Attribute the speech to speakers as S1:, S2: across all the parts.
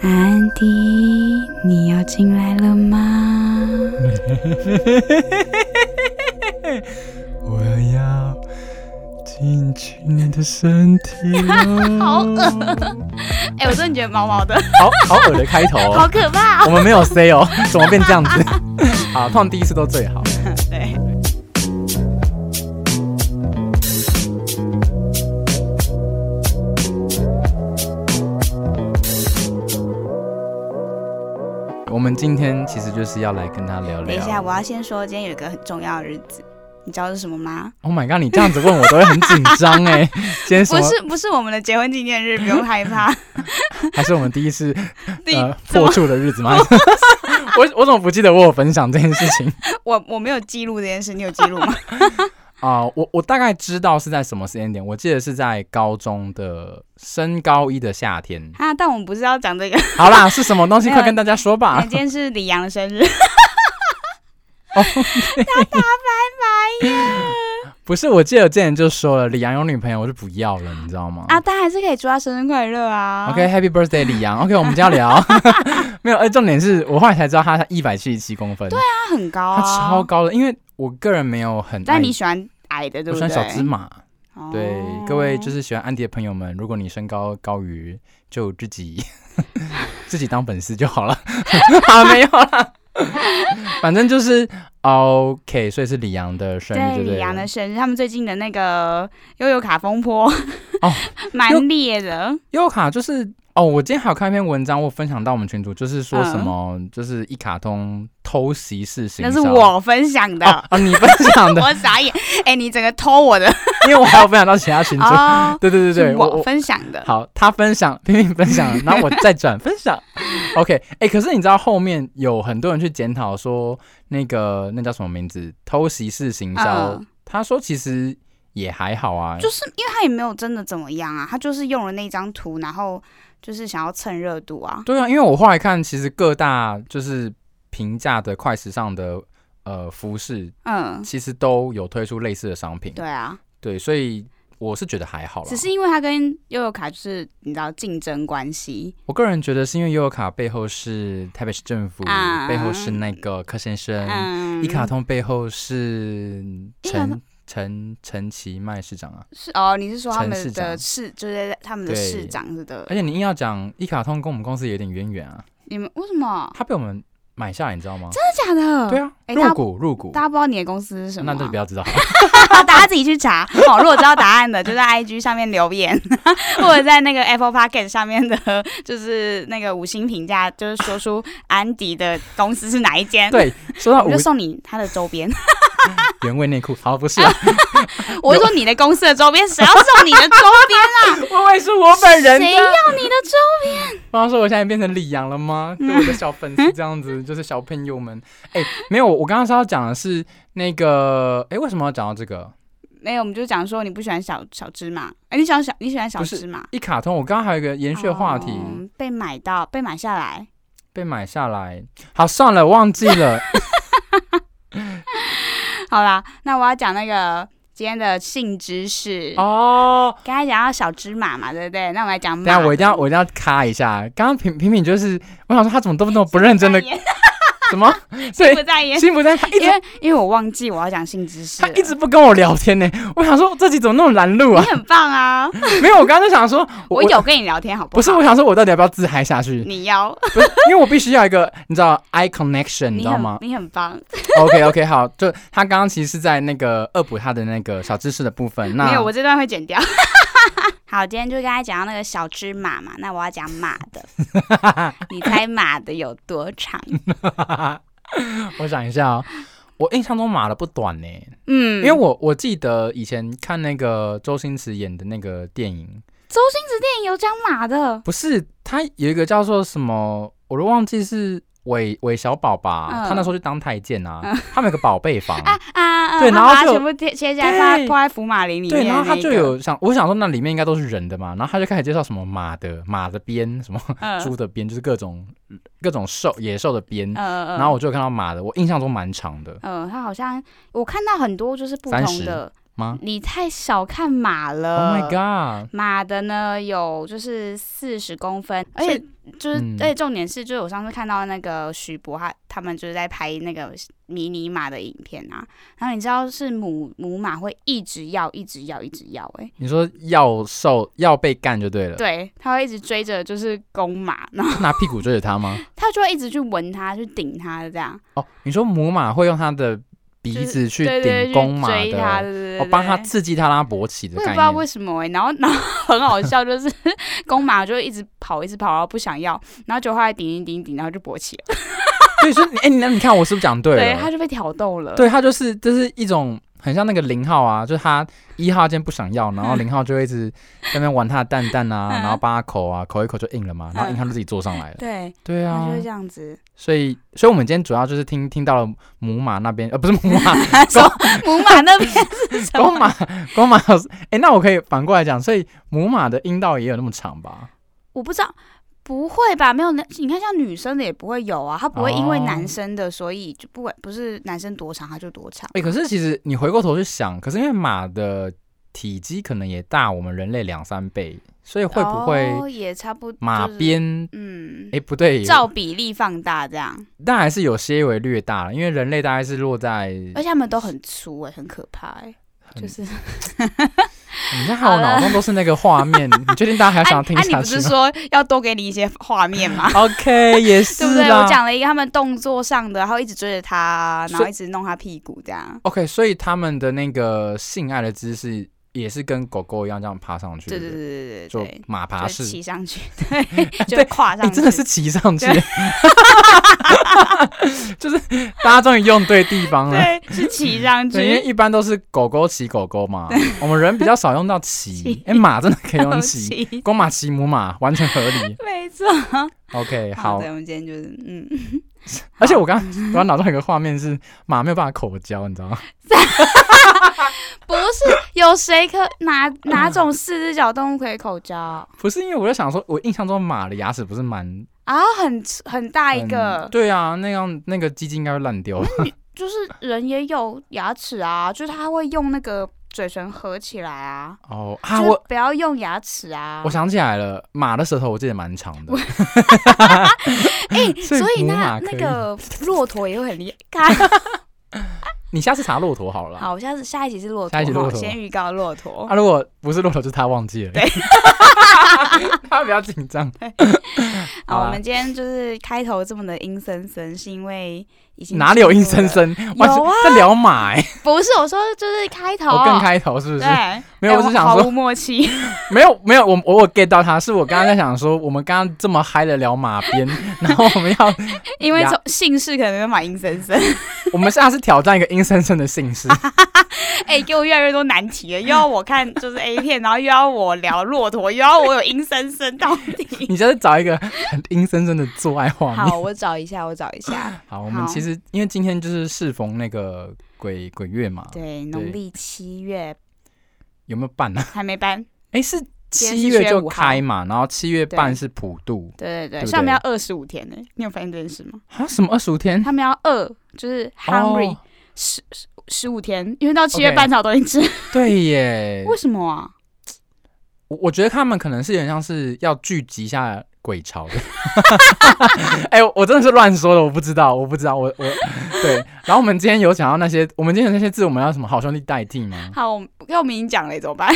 S1: 安迪，你要进来了吗？
S2: 我要进去你的身体了
S1: 好恶哎、我真的觉得毛毛的，
S2: 好好恶的开头、
S1: 好
S2: 哦，
S1: 可怕、
S2: 我们没有 say 哦， 怎么变 这样子？好，通常第一次都最好。
S1: 对，
S2: 我们今天其实就是要来跟他聊
S1: 等一
S2: 聊。
S1: 下，我要先说，今天有一个很重要的日子，你知道是什么吗？
S2: Oh my god！你这样子问我都会很紧 张哎。今天什
S1: 不
S2: 么？
S1: 是，不是我们的结婚纪念日，不用害 怕。
S2: 还是我们第一次
S1: 第、
S2: 呃
S1: 怎
S2: 破
S1: 么？
S2: 处的 日子吗？我我怎么不记得我有分享这件事情
S1: 我我没有记录这件事，你有记录 吗？
S2: 啊、我我大概知道是在什么时间点，我记得是在高中的升高一的夏天。
S1: 啊，但我们不是要讲这个，
S2: 好啦，是什么东 西？
S1: 没有哎
S2: 快跟大家说吧
S1: 今。天是李阳的生日，
S2: 不是，我记得我之前就说了，李阳有女朋友，我就不要了，你知道吗、
S1: 啊，大家还是可以祝他生日快乐啊。
S2: o k h a p p y birthday，李阳。OK，我们今天要聊。 没有，哎、重点是我后来才知道他一百七十七公分，对啊，
S1: 他很高啊，
S2: 他超。高的。因为我个人没有很爱，
S1: 但你喜欢矮的，对
S2: 我
S1: 不
S2: 喜
S1: 对？
S2: 欢小芝麻。
S1: 哦
S2: 对，各位就是喜欢安迪的朋友们，如果你身高高于，就自己 自己当粉丝 就好了。啊，没有啦， 反正就是 OK，所以是李阳的生日，
S1: 对
S2: 对不对？
S1: 李阳的生日，他们最近的那个悠悠卡风波，
S2: 哦悠
S1: 蛮烈的。
S2: 优卡就是哦，我今天还有看一篇文章，我分享到我们群组，就是说什么、就是一卡通偷袭式行
S1: 嗯那
S2: 销，
S1: 是我分享的，
S2: 哦哦你分享 的，
S1: 我傻眼。哎、你整个偷我的
S2: 因为我还有分享到其他群组。
S1: 哦，
S2: 对 对对对，
S1: 是
S2: 我
S1: 我
S2: 我
S1: 分享的。
S2: 好，他分享，拼命分享， 然后我再转分享。OK，哎、可是你知道后面有很多人去检讨说那个那叫什么名字偷袭式行销，
S1: 嗯
S2: 他说其实也还好啊，
S1: 就是因为他也没有真的怎么样啊，他就是用了那张图，然后就是想要蹭热度啊。
S2: 对啊，因为我后来看，其实各大就是平价的快时尚的呃服饰，
S1: 嗯，
S2: 其实都有推出类似的商品，
S1: 对啊，
S2: 对所以我是觉得还好啦
S1: 只。是因为他跟悠悠卡就是你知道竞争关系，
S2: 我个人觉得是因为优卡背后是台北市政府，
S1: 啊
S2: 背后是那个柯先生。
S1: 嗯，
S2: 一卡通背后是
S1: 一卡通
S2: 陈陈陈其迈市长啊，
S1: 是哦，你是说他
S2: 陈市
S1: 们的
S2: 长
S1: 市就是他们的
S2: 对哎
S1: 市长是的
S2: 而，且你硬要讲一卡通跟我们公司也有点渊源啊，
S1: 你们为什么？
S2: 他被我们买下来，你知道吗？
S1: 真的假的？
S2: 对啊，
S1: 哎
S2: 入股入股
S1: 大，家不知道你的公司是什么、啊
S2: 那就不
S1: 要，
S2: 要知道。
S1: 大家自己去查。哦，如果知道答案的，就在 IG 上面留言， 或者在那个 Apple p o c k e t 上面的， 就是那个五星评价，就是说出安迪的公司是哪一间。。
S2: 对，说到
S1: 我
S2: 五
S1: 就送你他的周 边，
S2: 原味内裤，好不 是啊，
S1: 我就说你的公司的周边，谁要送你的周 边
S2: 我也是我本
S1: 啊？
S2: 人
S1: 谁
S2: 的。
S1: 要你的周？
S2: 我刚说我现在变成李阳了吗？
S1: 嗯
S2: 对我的小粉丝这样子， 就是小朋友们。哎，没有，我刚刚是要讲的是那个，哎，为什么要讲到这个？
S1: 没有，我们就讲说你不喜欢小小芝麻，哎、你喜欢小你喜欢小
S2: 不是
S1: 芝麻，
S2: 一卡通，我刚刚还有一个延续的话题，
S1: 哦被买到被买下来，
S2: 被买下来。好，算了，忘记了。
S1: 好啦，那我要讲那个今天的性知识。
S2: 哦，
S1: 刚才讲到小芝麻嘛，对不对？那我们来讲
S2: 等
S1: 马。
S2: 一下我一定要我一定要咔一下。刚刚平平平就是，我想说他怎么都不那么不认真的，什么？ 对，
S1: 哎不在焉，
S2: 心不在，他一
S1: 因
S2: 直
S1: 为因为我忘记我要讲性知识
S2: 他
S1: 了。
S2: 一直不跟我聊天呢。我想说这集怎么那么拦路
S1: 你
S2: 啊？
S1: 很棒啊！
S2: 没 有，我刚刚就想说，
S1: 我有跟你聊天，好不好？
S2: 不是我想说我到底要不要自嗨 下去？
S1: 你要，
S2: 不是，因为我必须要一个你知道 eye connection，你知
S1: 你
S2: 道
S1: 很
S2: 吗
S1: 你很棒。
S2: ？OK OK，好，就他刚刚其实是在那个恶补他的那个小知识的部分。那
S1: 没有，我这段会剪掉。 好，今天就跟大家讲到那个小芝麻嘛，那我要讲马 的。你猜马的有多长？
S2: 我想一下哦，我印象中马的不短呢、
S1: 嗯，
S2: 因为我我记得以前看那个周星驰演的那个电影，
S1: 周星驰电哎影有讲马的，
S2: 不是他有一个叫做什么，我都忘记是韦韦小宝吧，
S1: 嗯
S2: 他那时候去当太监啊，他们有个宝贝 房。
S1: 啊啊啊！
S2: 对
S1: 他
S2: 然后
S1: 把它
S2: 就有
S1: 全部贴切下来，放在
S2: 对
S1: 放在福马林里面、
S2: 对，然后他就
S1: 那个，
S2: 有想，我想说那里面应该都是人的嘛，然后他就开始介绍什么马的马的鞭，什么
S1: 嗯
S2: 猪的鞭，就是各种各种兽野兽的鞭。
S1: 呃，呃
S2: 然后我就有看到马的，我印象中蛮长的，
S1: 嗯，它好像我看到很多就是不
S2: 30
S1: 同的，
S2: 吗
S1: 你太小看马
S2: 啊？Oh
S1: 了。
S2: my god！
S1: 马的呢有就是四十公分，而且就是、
S2: 嗯
S1: 而且重点是，就是我上次看到那个徐博他他们就是在拍那个迷你马的影片啊，然后你知道是母母马会一直要一直要一直要、欸，
S2: 你说要瘦要被干就对了，
S1: 对，它会一直追着就是公马，然后
S2: 是拿屁股追着它吗？
S1: 它就会一直去闻它，去顶它这样，
S2: 哦，你说母马会用它的鼻子去
S1: 对对对，
S2: 顶公
S1: 去
S2: 马的，
S1: 追它，对对对，
S2: 哦，帮它
S1: 对
S2: 刺激它拉勃起的
S1: 我也不
S2: 概
S1: 知道
S2: 念
S1: 为。什么哎、 然后然后很好笑， 就是公马就会一直跑，一直跑，然后不想要，然后就后来顶一顶一顶，然后就勃起了，
S2: 所以说，哎、你那你看我是不是讲对
S1: 对，
S2: 了？
S1: 它就被挑逗了。
S2: 对，它就是这、就是一种很像那个零号啊，就是他一号今天不想要，然后零号就会一直在那边玩他的蛋蛋啊，
S1: 嗯
S2: 然后帮他口啊，口一口就硬了嘛，然后硬汉就自己坐上来了。
S1: 对，
S2: 对
S1: 它
S2: 啊
S1: 就，会这样子。
S2: 所以所以我们今天主要就是听听到了母马那边，呃，不是母马，
S1: 说 母马那边是 什
S2: 公
S1: 么？
S2: 马公马老师，哎、那我可以反过来讲，所以母马的阴道也有那么长吧？
S1: 我不知道，不会吧？没有那，你看像女生的也不会有啊，它不会因为
S2: 哦
S1: 男生的，所以就不管不是男生多长，它就多长。
S2: 哎、可是其实你回过头去想，可是因为马的体积可能也大我们人类两三倍，所以会不会
S1: 哦、也差不多
S2: 马
S1: 就是
S2: 鞭？
S1: 嗯
S2: 哎、，嗯不对，
S1: 照比例放大这样，
S2: 但还是有些微略大了，因为人类大概是落在，
S1: 而且它们都很粗哎、很可怕哎、
S2: 很
S1: 就是。
S2: 你看我脑中都是那个 画面，你确定大家还要
S1: 呃哎，
S2: 想要听
S1: 啊你
S2: 下
S1: 不
S2: 去
S1: 是
S2: 吗、
S1: 说要多给你一些画面 吗？
S2: o k 也是啊
S1: 对不对？我
S2: 啦。
S1: 讲了一个他们动作上的，然后一直追着他，然
S2: 所
S1: 后
S2: 以
S1: 一直弄他屁股这样。
S2: OK，所以他们的那个性爱的姿势也是跟狗狗一样这样爬上去，
S1: 对对
S2: 不
S1: 对对对
S2: 就
S1: 对。
S2: 马爬
S1: 就
S2: 式。
S1: 骑上 去，对，就跨
S2: 你
S1: 上去，
S2: 哎真的是骑上去
S1: 对，
S2: 就是大家终于用对地方了。
S1: 对，是 骑上
S2: 对，因为
S1: 去，
S2: 一般都是狗狗骑狗狗嘛，我们人比较少用到 骑
S1: 骑。
S2: 哎、马真的可以用骑，
S1: 骑，
S2: 公马骑母马完全合理。
S1: 没错。
S2: OK，
S1: 好
S2: 好
S1: 的，，我们今天就是，嗯，
S2: 而且我刚刚我脑中有个画面是马没有办法口交，你知道吗？
S1: 不是有谁可哪哪
S2: 嗯
S1: 种四只脚动物可以口交啊？
S2: 不是因为我就想说，我印象中马的牙齿不是蛮
S1: 很很大一
S2: 嗯
S1: 个，嗯
S2: 对啊，那样那个鸡鸡应该会烂掉吧。
S1: 就是人也有牙齿啊，就是他会用那个嘴唇合起来啊，
S2: 哦
S1: 就
S2: 啊，
S1: 是
S2: 我
S1: 不要用牙齿啊
S2: 我。想起来了，马的舌头我记得蛮长 的。
S1: 哎，
S2: 所
S1: 所
S2: 以
S1: 以
S2: 母马
S1: 那
S2: 可以
S1: 那个骆驼也会很厉 害。
S2: 你下次查骆驼好了。
S1: 好，我下次下一集是骆驼，
S2: 下一集骆
S1: 好
S2: 驼
S1: 先预告骆驼
S2: 啊，。如果不是骆驼，就是他忘记了。对， 他比较紧 张。好
S1: 好，
S2: 啦
S1: 我们今天就是开头这么的阴森森，是因为已经
S2: 哪里有硬生
S1: 进入了？
S2: 生？哇
S1: 有啊
S2: 在聊马欸，
S1: 不是，我说就是开头，
S2: 我更开头是不是？
S1: 对，
S2: 没有，
S1: 哎
S2: 我是想
S1: 毫
S2: 说
S1: 无默 契。
S2: 没有没有，我我有 get 到他，是我刚刚在想说，我们刚刚这么嗨的聊马鞭， 然后我们要，
S1: 因为
S2: 呀
S1: 从姓氏可能都蛮阴森森。
S2: 我们下次挑战一个阴森森的姓氏，
S1: 哎、给我越来越多难题了，又要我看就是 A 片，然后又要我聊骆驼，又要我有阴森森，到底？
S2: 你就是找一个很阴森森的做爱画面。
S1: 好，我找一下，我找一 下。
S2: 好，我们
S1: 好
S2: 其实因为今天就是适逢那个鬼鬼月嘛，
S1: 对，农历七月
S2: 有没有办 呢、啊？
S1: 还没搬，
S2: 哎，是
S1: 今天
S2: 七
S1: 是
S2: 月
S1: 7
S2: 就
S1: 5号
S2: 开嘛，然后七月半
S1: 对
S2: 是普渡
S1: 对对
S2: 对不
S1: 对，上面要
S2: 对
S1: 二十五天呢、你有发现这件事吗？
S2: 啊，什么二十五天？
S1: 他们要二，就是 hungry
S2: 哦，
S1: 十十五天，因为到七月
S2: OK
S1: 半草都已经吃，
S2: 对耶，
S1: 为什么啊？
S2: 我我觉得他们可能是有点像是要聚集一下鬼潮 的。哎、我我真的是乱说的，我不知道，我不知道，我我对。然后我们今天有讲到那些，我们今天有那些字，我们要什么好兄弟代替吗？
S1: 好，我们因为我们已经讲了，怎么 办？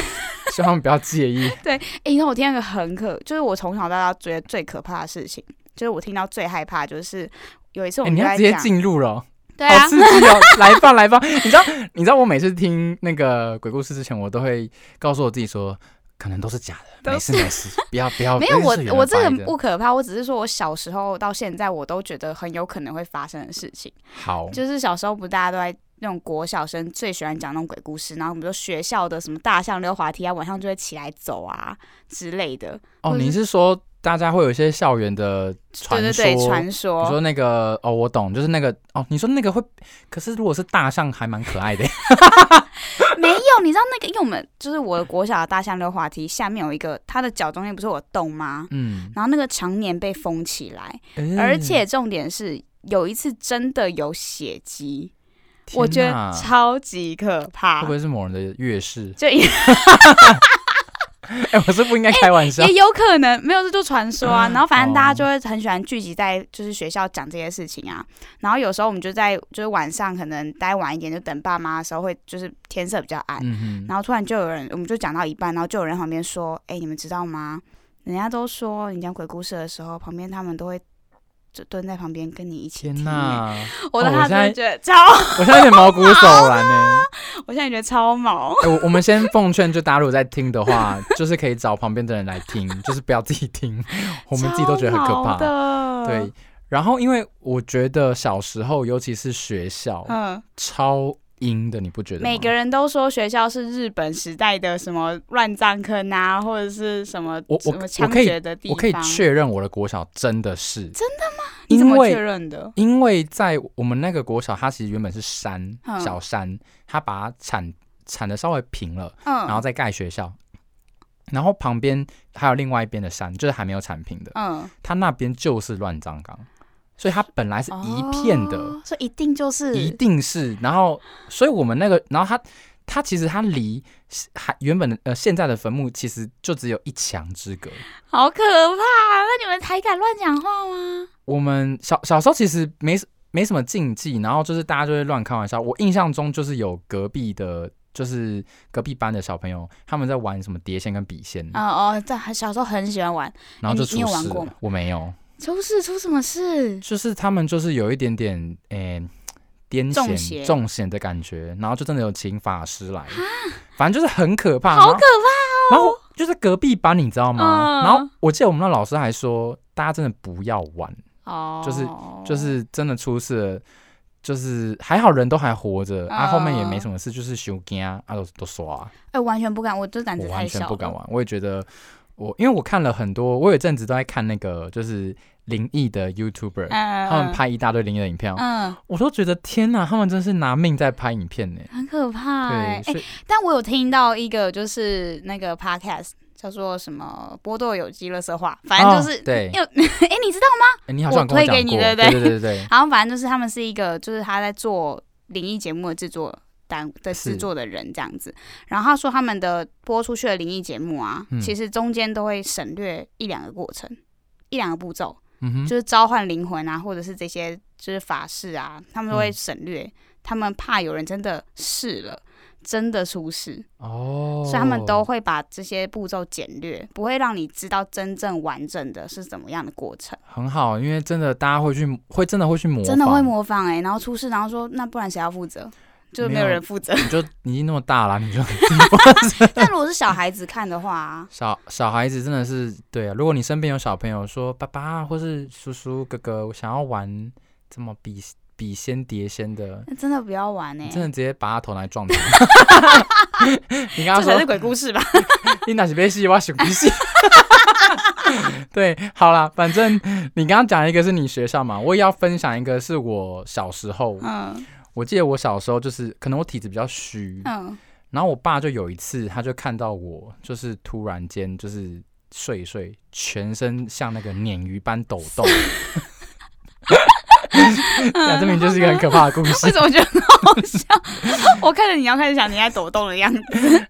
S2: 希望他们不要 介意。
S1: 哎、你知道我听到一个很可，就是我从小到大觉得最可怕的事情，就是我听到最害怕，就是有一次
S2: 哎、
S1: 我们
S2: 你
S1: 就
S2: 要
S1: 在
S2: 直接
S1: 讲，
S2: 进入了哦，
S1: 对啊
S2: 好，刺激哦！来吧，来吧。你知道，你知道我每次听那个鬼故事之前，我都会告诉我自己说，可能都是假的，没
S1: 都
S2: 事
S1: 是
S2: 没事， 不要不要。
S1: 没有我
S2: 没事
S1: 我这个
S2: 原来白的
S1: 不可怕，我只是说我小时候到现在我都觉得很有可能会发生的事情，
S2: 好，
S1: 就是小时候不大家都在。那种国小生最喜欢讲那种鬼故事，然后比如说学校的什么大象溜滑梯啊，晚上就会起来走啊之类的。
S2: 哦，
S1: 我是
S2: 你是说大家会有一些校园的传
S1: 对
S2: 说？
S1: 对对，传
S2: 你
S1: 说
S2: 说那个哦，我懂，就是那个哦，你说那个会，可是如果是大象，还蛮可 爱的。
S1: 没有，你知道那个，因为我们就是我的国小的大象溜滑梯下面有一个，它的脚中间不是有个洞吗？
S2: 嗯，
S1: 然后那个常年被封起来，而且重点是有一次真的有血迹，我觉
S2: 天
S1: 得
S2: 哪
S1: 超级可怕。
S2: 会不会是某人的月事？
S1: 就也
S2: 哎、我是不应该开玩 笑。
S1: 也有可能没有，这就传说
S2: 嗯
S1: 啊。然后反正大家就会很喜欢聚集在就是学校讲这些事情啊。然后有时候我们就在就是晚上可能待晚一点，就等爸妈的时候会就是天色比较暗，
S2: 嗯哼，
S1: 然后突然就有人，我们就讲到一半，然后就有人旁边说：“哎、你们知道吗？人家都说哎你讲鬼故事的时候，旁边他们都会就蹲在旁边跟你一起
S2: 天
S1: 听。”
S2: 哪！
S1: 我当
S2: 哦我
S1: 时
S2: 现
S1: 真
S2: 在
S1: 的觉得超，
S2: 我现在有点毛骨悚然呢。
S1: 我现在觉得超毛。
S2: 哎我我们先奉劝，就大家如果在听的话， 就是可以找旁边的人来听，就是不要自己 听，我们自己都觉得很可怕。
S1: 的。
S2: 对，，然后因为我觉得小时候，尤其是学校，
S1: 嗯，
S2: 超阴的，你不觉得吗？
S1: 每个人都说学校是日本时代的什么乱葬坑啊，或者是什么
S2: 我我
S1: 什么
S2: 我
S1: 枪
S2: 可以
S1: 决的地方。
S2: 我可以确认我的国小真的是真的吗？
S1: 你怎
S2: 因
S1: 么确
S2: 为
S1: 认的？
S2: 因为在我们那个国小，它其实原本是山
S1: 嗯
S2: 小山，它把它铲铲的稍微平了，
S1: 嗯，
S2: 然后再盖学校。然后旁边还有另外一边的山，就是还没有铲平的，
S1: 嗯，
S2: 它那边就是乱葬岗，所以它本来是一片的，
S1: 哦，所以一定就是
S2: 一定是。然后，所以我们那个，然后它它其实它离还原本的呃现在的坟墓其实就只有一墙之隔。
S1: 好可怕！那你们才敢乱讲话吗？
S2: 我们小小时候其实没什没什么禁忌，然后就是大家就会乱开玩笑。我印象中就是有隔壁的，就是隔壁班的小朋友他们在玩什么碟仙跟笔仙，
S1: 嗯哦，这小时候很喜欢玩，
S2: 然后就
S1: 你你
S2: 出
S1: 有玩
S2: 事
S1: 过
S2: 了
S1: 吗。
S2: 我没有，
S1: 出事出什么事？
S2: 就是他们就是有一点点诶、癫
S1: 中
S2: 痫
S1: 邪
S2: 中邪的感觉，然后就真的有请法师来，反正就是很可
S1: 好
S2: 怕，啊然后
S1: 可
S2: 然后就是隔壁班，你知道吗？
S1: 嗯
S2: 然后我记得我们那老师还说，大家真的不要玩，
S1: 怕哦！
S2: 就是就是真的出事了，就是还好人都还活着，啊，
S1: 嗯
S2: 后面也没什么事，就是修惊啊，都都刷，
S1: 哎，完全不敢，我这胆
S2: 我
S1: 子
S2: 完
S1: 太小
S2: 全
S1: 了，
S2: 不敢玩。我也觉得我，因为我看了很多，我有一阵子都在看那个就是灵异的 YouTuber，、
S1: 嗯。
S2: 他们拍一大堆灵异的影片，
S1: 嗯，
S2: 我都觉得天哪，他们真是拿命在拍影片呢。
S1: 很可怕哎、哎
S2: 对，所以
S1: 但我有听到一个就是那个 podcast 叫做什么“波豆有机乐色话”，反正就是、
S2: 哦对
S1: 因为 哎、你知道吗？
S2: 哎你好像有跟
S1: 我推
S2: 讲
S1: 给你
S2: 过，
S1: 对不
S2: 对
S1: 对
S2: 对对对，
S1: 然后反正就是他们是一个，就是他在做灵异节目的制作单的
S2: 是
S1: 制作的人这样子。然后他说他们的播出去的灵异节目啊，
S2: 嗯
S1: 其实中间都会省略一两个过程，一两个步骤，
S2: 嗯 哼，
S1: 就是召唤灵魂啊，或者是这些就是法事啊，他们都会
S2: 嗯
S1: 省略，他们怕有人真的试了。真的出事，
S2: 哦，
S1: 所以他们都会把这些步骤简略，不会让你知道真正完整的是怎么样的过程。
S2: 很好，因为真的大家会去，会真的会去模仿，
S1: 真的会模仿哎、然后出事，然后说那不然谁要负责？就没有人负责。
S2: 你就你已经那么大了，你就，
S1: 但如果是小孩子看的话、啊
S2: 小小孩子真的是对啊。如果你身边有小朋友说爸爸或是叔叔哥哥，我想要玩这么笔笔仙碟仙的，
S1: 那真的不要玩哎、
S2: 你真的直接把他头拿来撞他。 你跟他
S1: 这才是
S2: 说
S1: 鬼故事吧？
S2: 你哪是被戏，我想被戏。 对，好啦，反正你刚刚讲一个是你学校嘛，我也要分享一个是我小时候，
S1: 嗯
S2: 我记得我小时候就是可能我体质比较虚，
S1: 嗯
S2: 然后我爸就有一次，他就看到我，就是突然间就是睡一睡，全身像那个鲶鱼般抖动。 那这明就是一个很可怕的故
S1: 为
S2: 事。
S1: 什么我觉得很好笑？ 我看着你要开始想你在抖动的样子。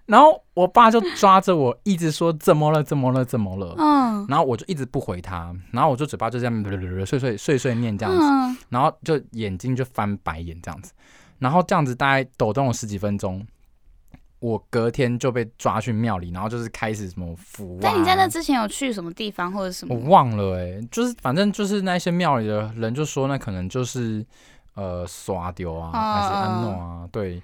S2: 然后我爸就抓着我，一直说怎么了，怎么了，怎么了。
S1: 嗯
S2: 然后我就一直不回他，然后我就嘴巴就这样碎碎碎碎念这样子，
S1: 嗯，
S2: 然后就眼睛就翻白眼这样子，然后这样子大概抖动了十几分钟，我隔天就被抓去庙里，然后就是开始什么符啊。
S1: 但你在那之前有去什么地方或者什
S2: 我
S1: 么？
S2: 忘了哎、就是反正就是那些庙里的人就说，那可能就是呃刷丢啊，
S1: 嗯
S2: 还是安诺啊，对。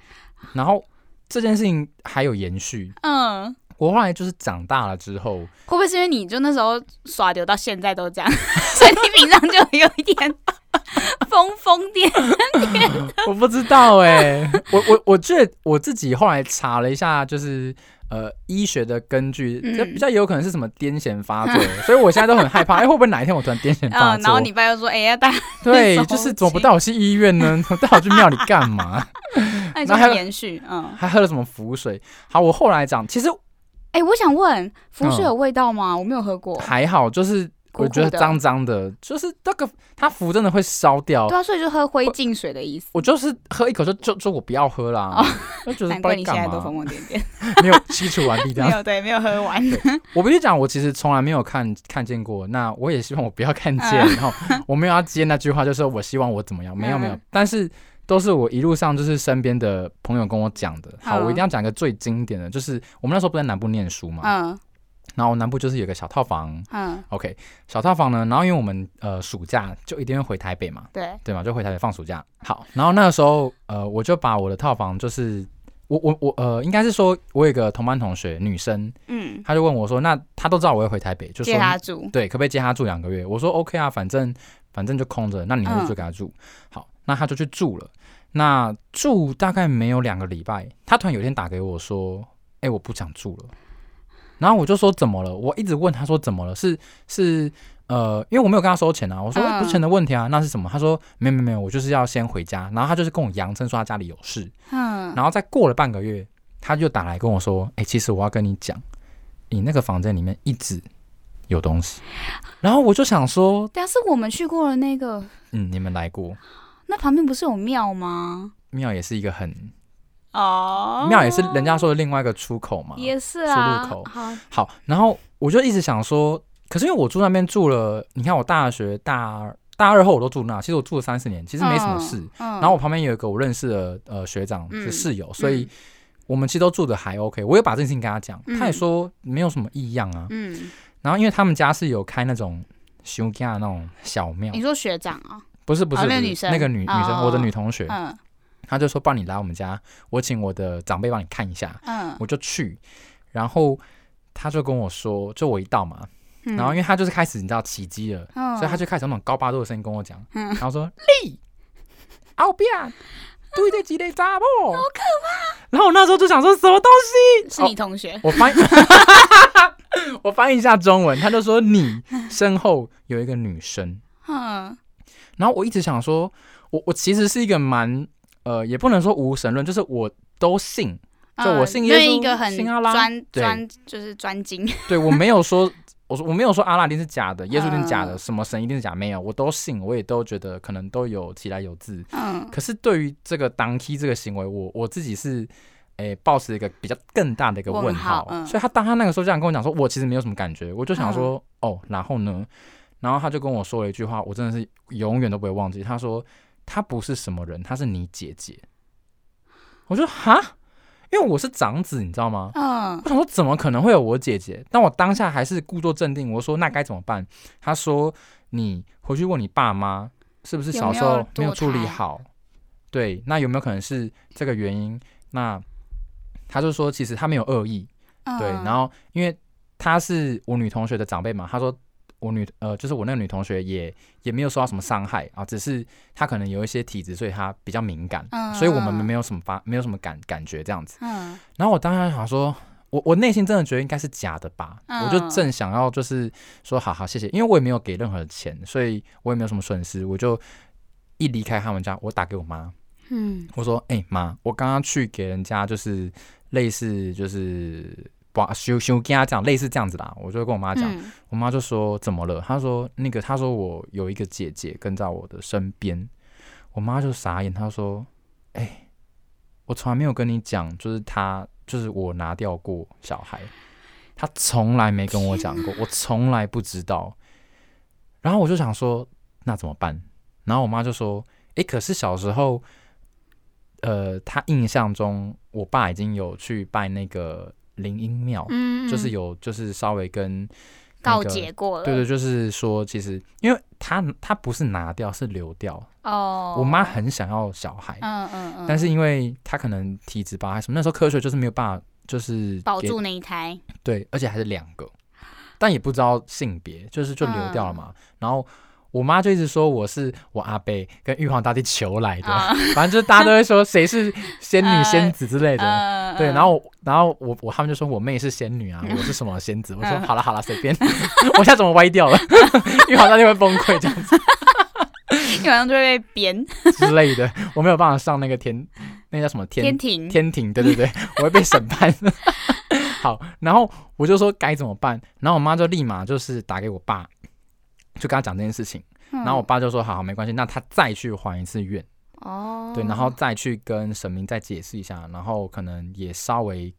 S2: 然后这件事情还有延续，
S1: 嗯，
S2: 我后来就是长大了之后，
S1: 会不会是因为你就那时候耍流到现在都这样， 所以你平常就有一点疯疯癫？
S2: 我不知道哎、 我我我觉得我自己后来查了一下，就是呃医学的根据，
S1: 嗯
S2: 这比较有可能是什么癫痫发 作，所以我现在都很害怕，哎、会不会哪一天我突然癫痫发
S1: 嗯，然
S2: 作？
S1: 后你爸又说：“哎、呀，大家
S2: 对，
S1: 手
S2: 就是怎么不
S1: 机
S2: 带我去医院呢？ 带我去庙里干嘛？
S1: 那你
S2: 然后还
S1: 就
S2: 有
S1: 延续。”嗯，
S2: 还喝了什么符水？好，我后来讲，其实
S1: 哎、我想问，浮水有味道吗？我没有喝过。
S2: 嗯还好，就是
S1: 苦
S2: 我觉
S1: 苦
S2: 得
S1: 的。
S2: 脏脏的，就是那个它符真的会烧掉
S1: 对。啊，所以就喝灰烬水的意思。
S2: 我就是喝一口就就就我不要喝啦
S1: 哦，
S2: 就觉得
S1: 难
S2: 不
S1: 怪
S2: 知
S1: 你
S2: 道
S1: 现在
S2: 干
S1: 都
S2: 嘛
S1: 疯，疯癫癫，
S2: 没有吸除完毕这
S1: 没
S2: 样。
S1: 有对，没有喝完。
S2: 我必须讲，我其实从来没有看看见过，那我也希望我不要看见，
S1: 嗯
S2: 然后我没有要接那句话，就是我希望我怎么样，没有没有
S1: 嗯，
S2: 但是都是我一路上就是身边的朋友跟我讲的。好，
S1: 嗯
S2: 我一定要讲一个最经典的，就是我们那时候不在南部念书嘛，
S1: 嗯
S2: 然后南部就是有个小套房
S1: 嗯，
S2: ，OK，小套房呢，然后因为我们呃暑假就一定会回台北嘛，
S1: 对，
S2: 对嘛，就回台北放暑假。好，然后那个时候，呃，我就把我的套房，就是我我我呃，应该是说，我有一个同班同学，女生，
S1: 嗯，
S2: 她就问我说，那她都知道我会回台北，就说
S1: 借他住，
S2: 对，可不可以借她住两个月？我说 OK 啊，反正反正就空着，那你们
S1: 嗯
S2: 就给她住。好，那她就去住了。那住大概没有两个礼拜，她突然有一天打给我说，哎、我不想住了。然后我就说怎么了？我一直问她说怎么了？是是呃，因为我没有跟她收钱啊。我说、哎不
S1: 嗯
S2: 是钱的问题啊，那是什么？她说没有没有没有，我就是要先回家。然后她就是跟我扬声说她家里有事。
S1: 嗯，
S2: 然后再过了半个月，他就打来跟我说：“哎、其实我要跟你讲，你那个房间里面一直有东西。”然后我就想说
S1: 但是我们去过的那个，：“
S2: 嗯，你们来过，
S1: 那旁边不是有庙吗？
S2: 庙也是一个很
S1: 哦，
S2: 庙也是人家说的另外一个出口嘛。
S1: 也是
S2: 出
S1: 啊
S2: 入口，
S1: 好，”
S2: 好，然后我就一直想说，可是因为我住那边住了，你看我大学大大二后我都住那，其实我住了三四年，其实没什么事。
S1: 嗯，
S2: 然后我旁边有一个我认识的呃学长是
S1: 嗯
S2: 室友，所以我们其实都住的还 OK。我有把这件事情跟他讲，他也
S1: 嗯
S2: 说没有什么异样啊。
S1: 嗯，
S2: 然后因为他们家是有开那种休假那种小庙
S1: 你，说学长啊，
S2: 不是不是、
S1: 哦那个
S2: 不是
S1: 女生
S2: 那个女女生，
S1: 哦
S2: 我的女同学，
S1: 嗯
S2: 她就说帮你来我们家，我请我的长辈帮你看一下，
S1: 嗯，
S2: 我就去，然后她就跟我说，就我一到嘛，
S1: 嗯
S2: 然后因为她就是开始你知道起鸡了，
S1: 嗯
S2: 所以她就开始用那种高八度的声音跟我讲，
S1: 嗯
S2: 然后说丽，奥比亚，对这几类杂不，好可怕。然后我那时候就想说什么东西，
S1: 是你同学，
S2: 我翻译， 我翻译一下中文，他就说你身后有一个女生，
S1: 嗯
S2: 然后我一直想说，我我其实是一个蛮呃，也不能说无神论，就是我都信，就我
S1: 嗯
S2: 信
S1: 就
S2: 耶稣
S1: 一个很
S2: 信阿拉
S1: 专
S2: 对
S1: 专就是专精，
S2: 对我没有说。 我说我没有说阿拉丁是假的，耶稣一定是假的，
S1: 嗯
S2: 什么神一定是假的，没有，我都信，我也都觉得可能都有其来有自。
S1: 嗯
S2: 可是对于这个当 key 这个行为，我我自己是，诶、抱持一个比较更大的一个问
S1: 问号嗯
S2: 所以他当他那个时候这样跟我讲说，我其实没有什么感觉，我就想说，
S1: 嗯
S2: 哦，然后呢？然后他就跟我说了一句话，我真的是永远都不会忘记。他说，他不是什么人，他是你姐姐。我就哈，因为我是长子，你知道吗？
S1: 嗯
S2: 我想说，怎么可能会有我姐姐？但我当下还是故作镇定，我说那该怎么办？他说，你回去问你爸妈，是不是小时
S1: 有没
S2: 候
S1: 有
S2: 没有
S1: 堕
S2: 处理
S1: 胎
S2: 好？对，那有没有可能是这个原因？那他就说，其实他没有恶意，
S1: 嗯，
S2: 对。然后因为他是我女同学的长辈嘛，他说我女呃，就是我那个女同学也也没有受到什么伤害啊，只是她可能有一些体质，所以她比较敏感，
S1: 嗯
S2: 所以我们
S1: 嗯嗯
S2: 没有什么发没有什么感感觉这样子。
S1: 嗯
S2: 然后我当时想说，我我内心真的觉得应该是假的吧，
S1: 嗯
S2: 我就正想要就是说，好好谢谢，因为我也没有给任何钱，所以我也没有什么损失，我就一离开他们家，我打给我妈，
S1: 嗯
S2: 我说，哎、妈，我刚刚去给人家就是类似就是。把修修跟他讲类似这样子啦，我就跟我妈讲，
S1: 嗯
S2: 我妈就说怎么了？她说那个，她说我有一个姐姐跟在我的身边，我妈就傻眼，她说：“哎、我从来没有跟你讲，就是她，就是我拿掉过小孩，她从来没跟我讲过，我从来不知道。”然后我就想说，那怎么办？然后我妈就说：“哎、可是小时候，呃，她印象中我爸已经有去拜那个灵音庙，
S1: 嗯，
S2: 就是
S1: 有
S2: 有就是稍微跟、那
S1: 告
S2: 个
S1: 解过了，
S2: 对对，就是说，其实因为他他不是拿掉，是流掉。
S1: 哦，
S2: 我妈很想要小孩，
S1: 嗯嗯嗯，
S2: 但是因为她可能体质吧，还是什么，那时候科学就是没有办法，就是
S1: 保
S2: 给
S1: 住那一胎，
S2: 对，而且还是两个，但也不知道性别，就是就流掉了
S1: 嗯
S2: 嘛。然后我妈就一直说我是我阿贝跟玉皇大帝求来的，
S1: 啊
S2: 反正就是大家都会说谁是仙女
S1: 呃
S2: 仙子之类的。
S1: 嗯
S2: 对，
S1: 嗯
S2: 然后我然后我我他们就说我妹是仙女啊，我是什么仙子？
S1: 嗯
S2: 我说好了好了，随便， 我现在怎么歪掉了？ 玉皇大帝会崩溃这样子
S1: 基本上就会被贬
S2: 之类的，我没有办法上那个天，那叫什么天
S1: 天庭，
S2: 天庭？对对对， 我会被审判。 好，然后我就说该怎么办，然后我妈就立马就是打给我爸，就跟他讲这件事情，
S1: 然
S2: 然后我爸就说好好没关系，那他再去还一次愿，
S1: 哦，
S2: 对，然后再去跟神明再解释一下，然后可能也稍微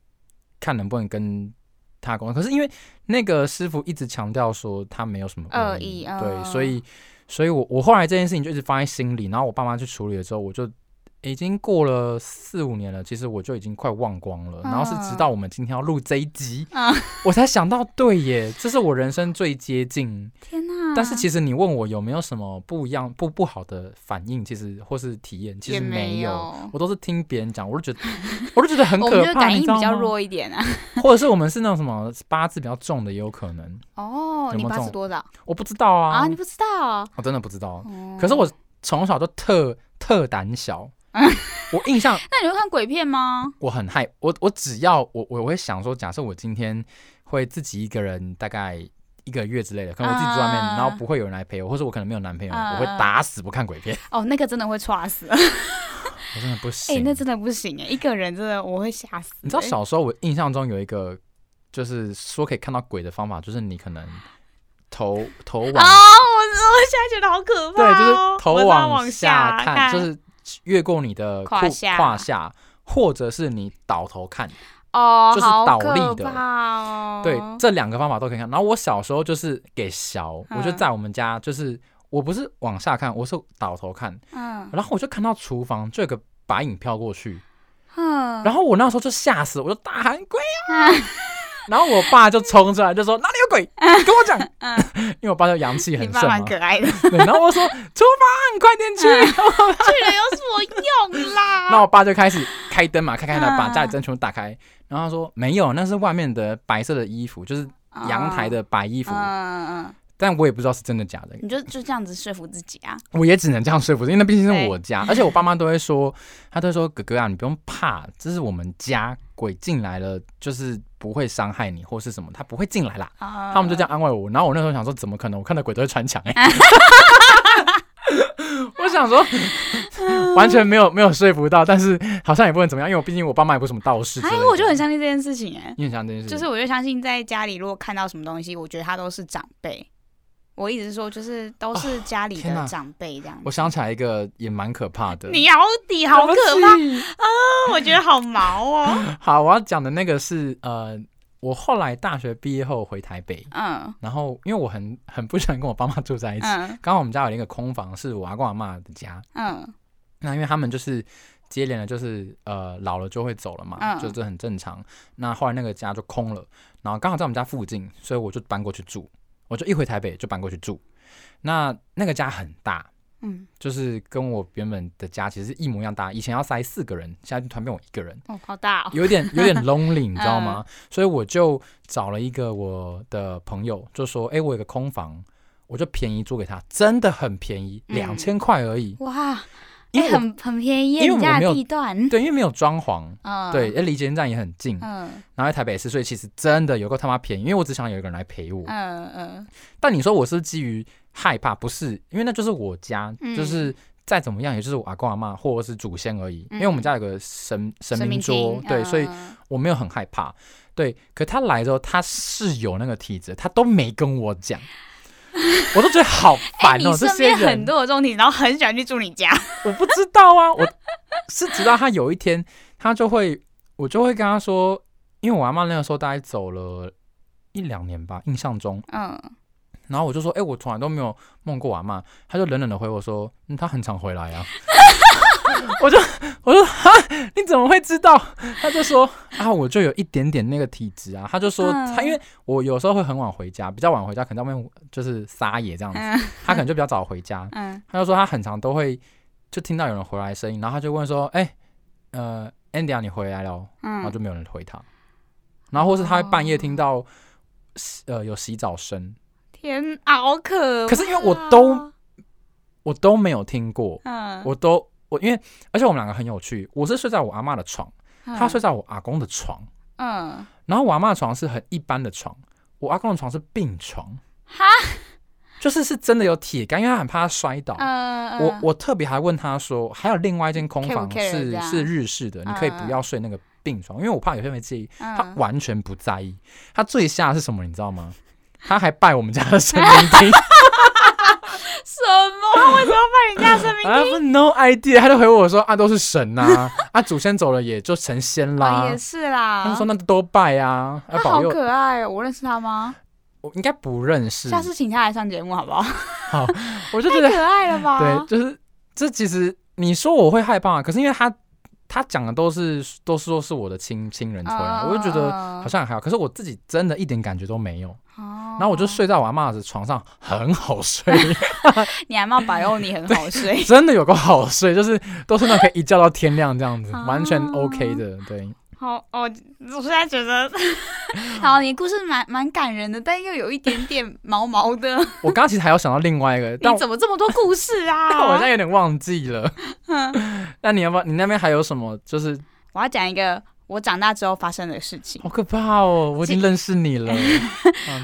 S2: 看能不能跟他沟通。可是因为那个师傅一直强调说他没有什么恶
S1: 恶
S2: 意，
S1: 意嗯
S2: 对，所以，所以我我后来这件事情就一直放在心里，然后我爸妈去处理了之后，我就。已经过了四五年了，其实我就已经快忘光了。然后是直到我们今天要录这一集，
S1: 嗯
S2: 我才想到，对耶，这是我人生最接近
S1: 天哪！
S2: 但是其
S1: 实
S2: 实你问我有没有什么不一样、不不好的反应，其实或是体验，其
S1: 也
S2: 实没
S1: 没
S2: 有。
S1: 有
S2: 我都是听别人讲，我就觉得，我就觉得很
S1: 我
S2: 可
S1: 们就
S2: 怕，
S1: 感
S2: 你
S1: 应
S2: 知道
S1: 比较
S2: 吗？
S1: 弱一点啊。
S2: 或者是我们是那种什么八字比较重的，也有可能，
S1: 哦，
S2: 有没
S1: 你
S2: 有这
S1: 八
S2: 种
S1: 字多少
S2: 我不知道啊，
S1: 啊？你不知道？
S2: 我真的不知道。
S1: 哦
S2: 可是我从小就特特胆小，
S1: 嗯
S2: 我印象
S1: 那你会看鬼片吗？
S2: 我很害我，我只要我我会想说，假设我今天会自己一个人，大概一个月之类的，可能我自己住外面，
S1: 嗯
S2: 然后不会有人来陪我，或者我可能没有男朋友，
S1: 嗯
S2: 我会打死不看鬼片，
S1: 哦，那个真的会猝死。
S2: 我真的不
S1: 哎、
S2: 行。
S1: 那真的不行哎、一个人真的我会吓死、
S2: 你知道
S1: 欸
S2: 小时候我印象中有一个，就是说可以看到鬼的方法，就是你可能投投
S1: 啊、
S2: 往，
S1: 我我现在觉得好可怕、
S2: 对，就是
S1: 哦。
S2: 投
S1: 我是要往
S2: 下
S1: 看，
S2: 就是越过你的
S1: 胯
S2: 裤
S1: 下
S2: 胯下，或者是你倒头看，
S1: 哦，
S2: 就是
S1: 好
S2: 倒
S1: 可
S2: 立的
S1: 怕哦、
S2: 对，这两个方法都可以看。然后我小时候就是给小，我就
S1: 嗯
S2: 在我们家，就是我不是往下看，我是倒头看，
S1: 嗯
S2: 然后我就看到厨房就有个白影飘过去，
S1: 嗯，
S2: 然
S1: 后
S2: 后我那时候就吓死，我就大喊鬼啊！然后我爸就冲出来就说哪里有鬼，你跟我讲，因为我爸就阳气
S1: 啊嗯你
S2: 很
S1: 爸
S2: 盛嘛
S1: 蛮，可爱 的，去
S2: 对，然后我说厨房快点去，
S1: 嗯了有什么用 啦？
S2: 然后我爸就开始开灯嘛，开开的把
S1: 嗯
S2: 家里灯全部打开，然后他说没有，那是外面的白色的衣服，就是阳台的白衣服，
S1: 哦嗯，嗯嗯，
S2: 但我也不知道是真的假的，
S1: 你就就这样子说服自己啊。
S2: 我也只能这样说服，因为那毕竟是
S1: 对
S2: 我家，而且我爸妈都会说，他都会说哥哥啊，你不用怕，这是我们家，鬼进来了就是不会伤害你或是什么，他不会进来啦。
S1: 啊、
S2: 他们就这样安慰我，然后我那时候想说，怎么可能？我看到鬼都会穿墙哎、 我想说，完全没有没有说服到，但是好像也不能怎么样，因为我毕竟我爸妈也不是什么道士之类
S1: 哎，
S2: 的。
S1: 我就很相信这件事情哎、
S2: 你很像这件事，
S1: 就是我就相信在家里如果看到什么东西，我觉得他都是长辈。我一直说就是都是家里
S2: 啊天哪
S1: 的长辈这样子。
S2: 我想起来一个也蛮可怕的，
S1: 你好底好可怕
S2: 对不起
S1: 哦，我觉得好毛哦。
S2: 好，我要讲的那个是呃，我后来大学毕业后回台北，
S1: 嗯
S2: 然后因为我很很不喜欢跟我爸妈住在一起，
S1: 嗯
S2: 刚好我们家有一个空房是我阿公阿妈的家，
S1: 嗯
S2: 那因为他们就是接连的，就是呃老了就会走了嘛，
S1: 嗯
S2: 就这很正常。那后来那个家就空了，然后刚好在我们家附近，所以我就搬过去住，我就一回台北就搬过去住。那那个家很大，
S1: 嗯，
S2: 就是跟我原本的家其实是一模一样大，以前要塞四个人，现在就团变我一个人。
S1: 哦，好大哦。
S2: 有点 有点 lonely，你知道
S1: 嗯
S2: 吗？所以我就找了一个我的朋友，就说：“哎、我有个空房，我就便宜租给他，真的很便宜，
S1: 嗯
S2: 两千块而已。
S1: 哇，
S2: 因
S1: 哎、
S2: 为我
S1: 很很便宜
S2: 因为
S1: 耶，
S2: 我
S1: 你家
S2: 没
S1: 的
S2: 有
S1: 地段。
S2: 对，因为没有装潢，
S1: 嗯，
S2: 对，，哎，离捷运站也很近，
S1: 嗯
S2: 然后在台北市，所以其实真的有够他妈便宜，因为我只想有一个人来陪我。
S1: 嗯嗯
S2: 但你说我是不是基于害怕？不是，因为那就是我家，
S1: 嗯
S2: 就是。再怎么样，也就是我阿公阿妈或者是祖先而已，因为我们家有个神神
S1: 嗯明
S2: 明桌，
S1: 厅
S2: 对，
S1: 嗯
S2: 所以
S1: 嗯
S2: 我没有很害怕，对。可他来之后，他是有那个体质，他都没跟我 讲，我都觉得好
S1: 哎
S2: 烦哦、
S1: 你身
S2: 这些
S1: 边
S2: 人
S1: 很多有这种体质，然后很喜欢去住你家。
S2: 我不知道啊，我 是直到他有一天，他就会，我就会跟他说，因为我阿妈那个时候大概走了一两年吧，印象中，
S1: 嗯，
S2: 然后我就说，哎、我从来都没有梦过我阿妈，他就冷冷的回我说，嗯，他很常回来啊。 我就我就哈，你怎么会知道？他就说啊，我就有一点点那个体质啊。他就说
S1: 嗯
S2: 他因为我有时候会很晚回家，比较晚回家，可能在外面就是撒野这样子，
S1: 嗯
S2: 他可能就比较早回家。
S1: 嗯
S2: 他哦就说他很常都会就听到有人回来的声音，然后他就问说：“哎、呃，Andy 啊，你回来了哦？”然后
S1: 嗯，
S2: 就没有人回他，然后或是他会半夜听到、
S1: 哦
S2: 呃有洗澡声，
S1: 天啊，好可怕。哦
S2: 可是因为我都我都没有听过，
S1: 嗯，
S2: 我都我因为而且我们两个很有趣，我是睡在我阿妈的床，
S1: 嗯
S2: 他睡在我阿公的床，
S1: 嗯，
S2: 然后我阿妈的床是很一般的床，我阿公的床是病床，
S1: 哈，
S2: 就是是真的有铁杆，因为他很怕他摔倒。
S1: 嗯，
S2: 我
S1: 嗯
S2: 我特别还问他说，还有另外一间空
S1: Care
S2: 房
S1: 不 care
S2: 是
S1: 这样
S2: 是日式的，你可以
S1: 嗯
S2: 不要睡那个病床，因为我怕有些人会介意。他
S1: 嗯
S2: 完全不 在意，他最吓的是什么，你知道吗？他还拜我们家的神明厅，
S1: 什么？他为什么要拜人家神 明？
S2: 啊，no idea，他就回我说啊，都是神呐、啊，祖先走了也就成仙
S1: 啊，
S2: 啦
S1: 也。是啦。
S2: 他们说那都拜啊，啊
S1: 他好
S2: 保佑。
S1: 可爱哦，我认识他吗？
S2: 我应该不认识，
S1: 下次请他来上节目好不 好？
S2: 我就觉
S1: 太
S2: 得
S1: 可爱了吧？
S2: 对，就是这其实你说我会害怕，可是因为他他讲的都是都是说是我的亲亲人催啊，
S1: 嗯
S2: 我就觉得好
S1: 嗯
S2: 像还好，可是我自己真的一点感觉都没有。
S1: 嗯
S2: 然后我就睡在我阿妈的床上，很好睡，
S1: 你阿妈保佑你很好睡。
S2: 真的有个好睡，就是都是那种可以一觉到天亮这样子，完全
S1: 啊
S2: OK 的。对，
S1: 好，哦，我现在觉 得，好，你故事蛮蛮感人的，但又有一点点毛毛的。
S2: 我刚刚其实还有想到另外一 个，但
S1: 你
S2: 我
S1: 怎么这么多故事 啊？
S2: 但我好像有点忘记了。 那你要不要？你那边还有什么？就是
S1: 我要讲一个我长大之后发生的事情。
S2: 好可怕哦！我已经
S1: 这
S2: 认识你了。
S1: 哎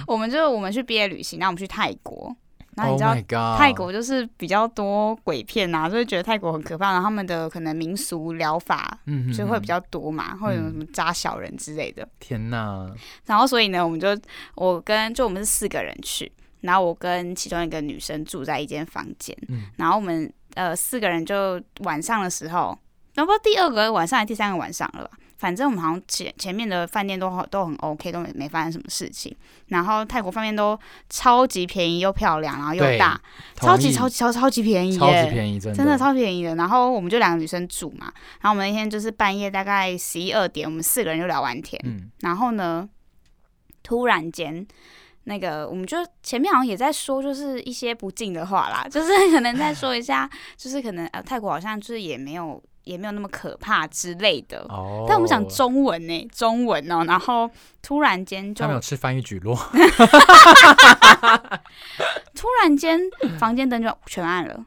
S1: 我们就我们去毕业旅行，然后我们去泰国，然后你
S2: Oh
S1: 知道
S2: my god！
S1: 泰国就是比较多鬼片啊，所以觉得泰国很可怕。然后他们的可能民俗疗法
S2: 嗯
S1: 就会比
S2: 较。
S1: 较多嘛，会有
S2: 嗯
S1: 什么扎小人之类的。
S2: 天呐，
S1: 然后所以呢，我们就我跟就我们是四个人去，然后我跟其中一个女生住在一间房间，
S2: 嗯
S1: 然后我们呃四个人就晚上的时候，然后不知道第二个晚上还是第三个晚上了吧。反正我们好像前前面的饭店都好都很 OK，都没没发生什么事情。然后泰国饭店都超级便宜又漂亮，然后
S2: 对
S1: 又大，
S2: 同
S1: 超
S2: 意
S1: 级超级超超级便宜耶，
S2: 超级便宜，真的
S1: 真的超便宜的。然后我们就两个女生住嘛，然后我们那天就是半夜大概十一二点，我们四个人就聊完天，
S2: 嗯
S1: 然后呢，突然间，那个我们就前面好像也在说，就是一些不敬的话啦，就是可能再说一下，就是可能呃泰国好像就是也没有也没有那么可怕之类的。
S2: 哦。
S1: 但我们讲中文呢、中文哦、然后突然间就
S2: 他们有吃翻译举落，
S1: 突然间房间 灯就全暗了，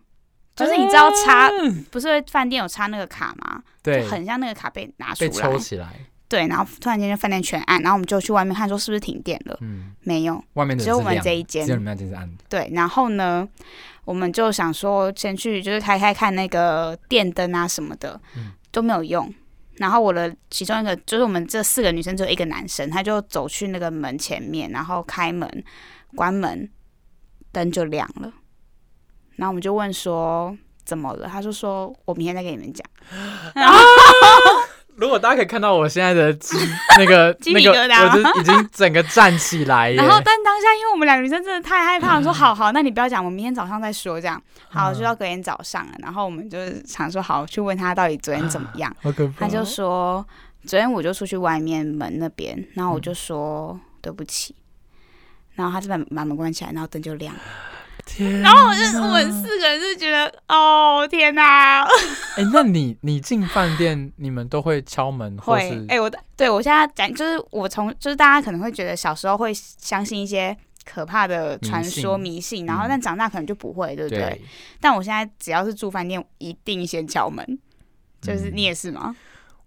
S1: 就是你知道插不是饭店有插那个卡吗？
S2: 嗯对
S1: 就，很像那个卡被拿出
S2: 被
S1: 来，
S2: 抽起来，
S1: 对，然后突然间就饭店全暗，然后我们就去外面看说是不是停电了，
S2: 嗯，
S1: 没有，
S2: 外面的
S1: 只有
S2: 是
S1: 我们
S2: 亮
S1: 这一
S2: 的
S1: 间
S2: 只有你们那间是暗的，
S1: 对，然后呢，我们就想说先去就是开开看那个电灯啊什么的，
S2: 嗯
S1: 都没有用。然后我的其中一个就是我们这四个女生只有一个男生，他就走去那个门前面，然后开门、关门，灯就亮了。然后我们就问说怎么了，他就说我明天再跟你们讲。
S2: 如果大家可以看到我现在的鸡那个
S1: 鸡
S2: 那
S1: 皮
S2: 个，
S1: 疙瘩
S2: 我就是已经整个站起来耶。
S1: 然后，但当下因为我们两个女生真的太害怕，我说好好，那你不要讲，我们明天早上再说这样。好，
S2: 嗯
S1: 就到隔天早上了，然后我们就是想说好去问他到底昨天怎么样。
S2: 好可怕
S1: 他就说昨天我就出去外面门那边，然后我就说对不起，然后他就把把门关起来，然后灯就亮了。
S2: 天，
S1: 然后我就我们四个人就觉得哦天哪，
S2: 哎，那你你进饭店，你们都会敲门或
S1: 会
S2: 是
S1: 哎、我的对我现在讲就是我从就是大家可能会觉得小时候会相信一些可怕的传说
S2: 迷
S1: 迷信，然后但长大可能就不会，对不对？但我现在只要是住饭店，一定先敲门。就是
S2: 嗯
S1: 你也是吗？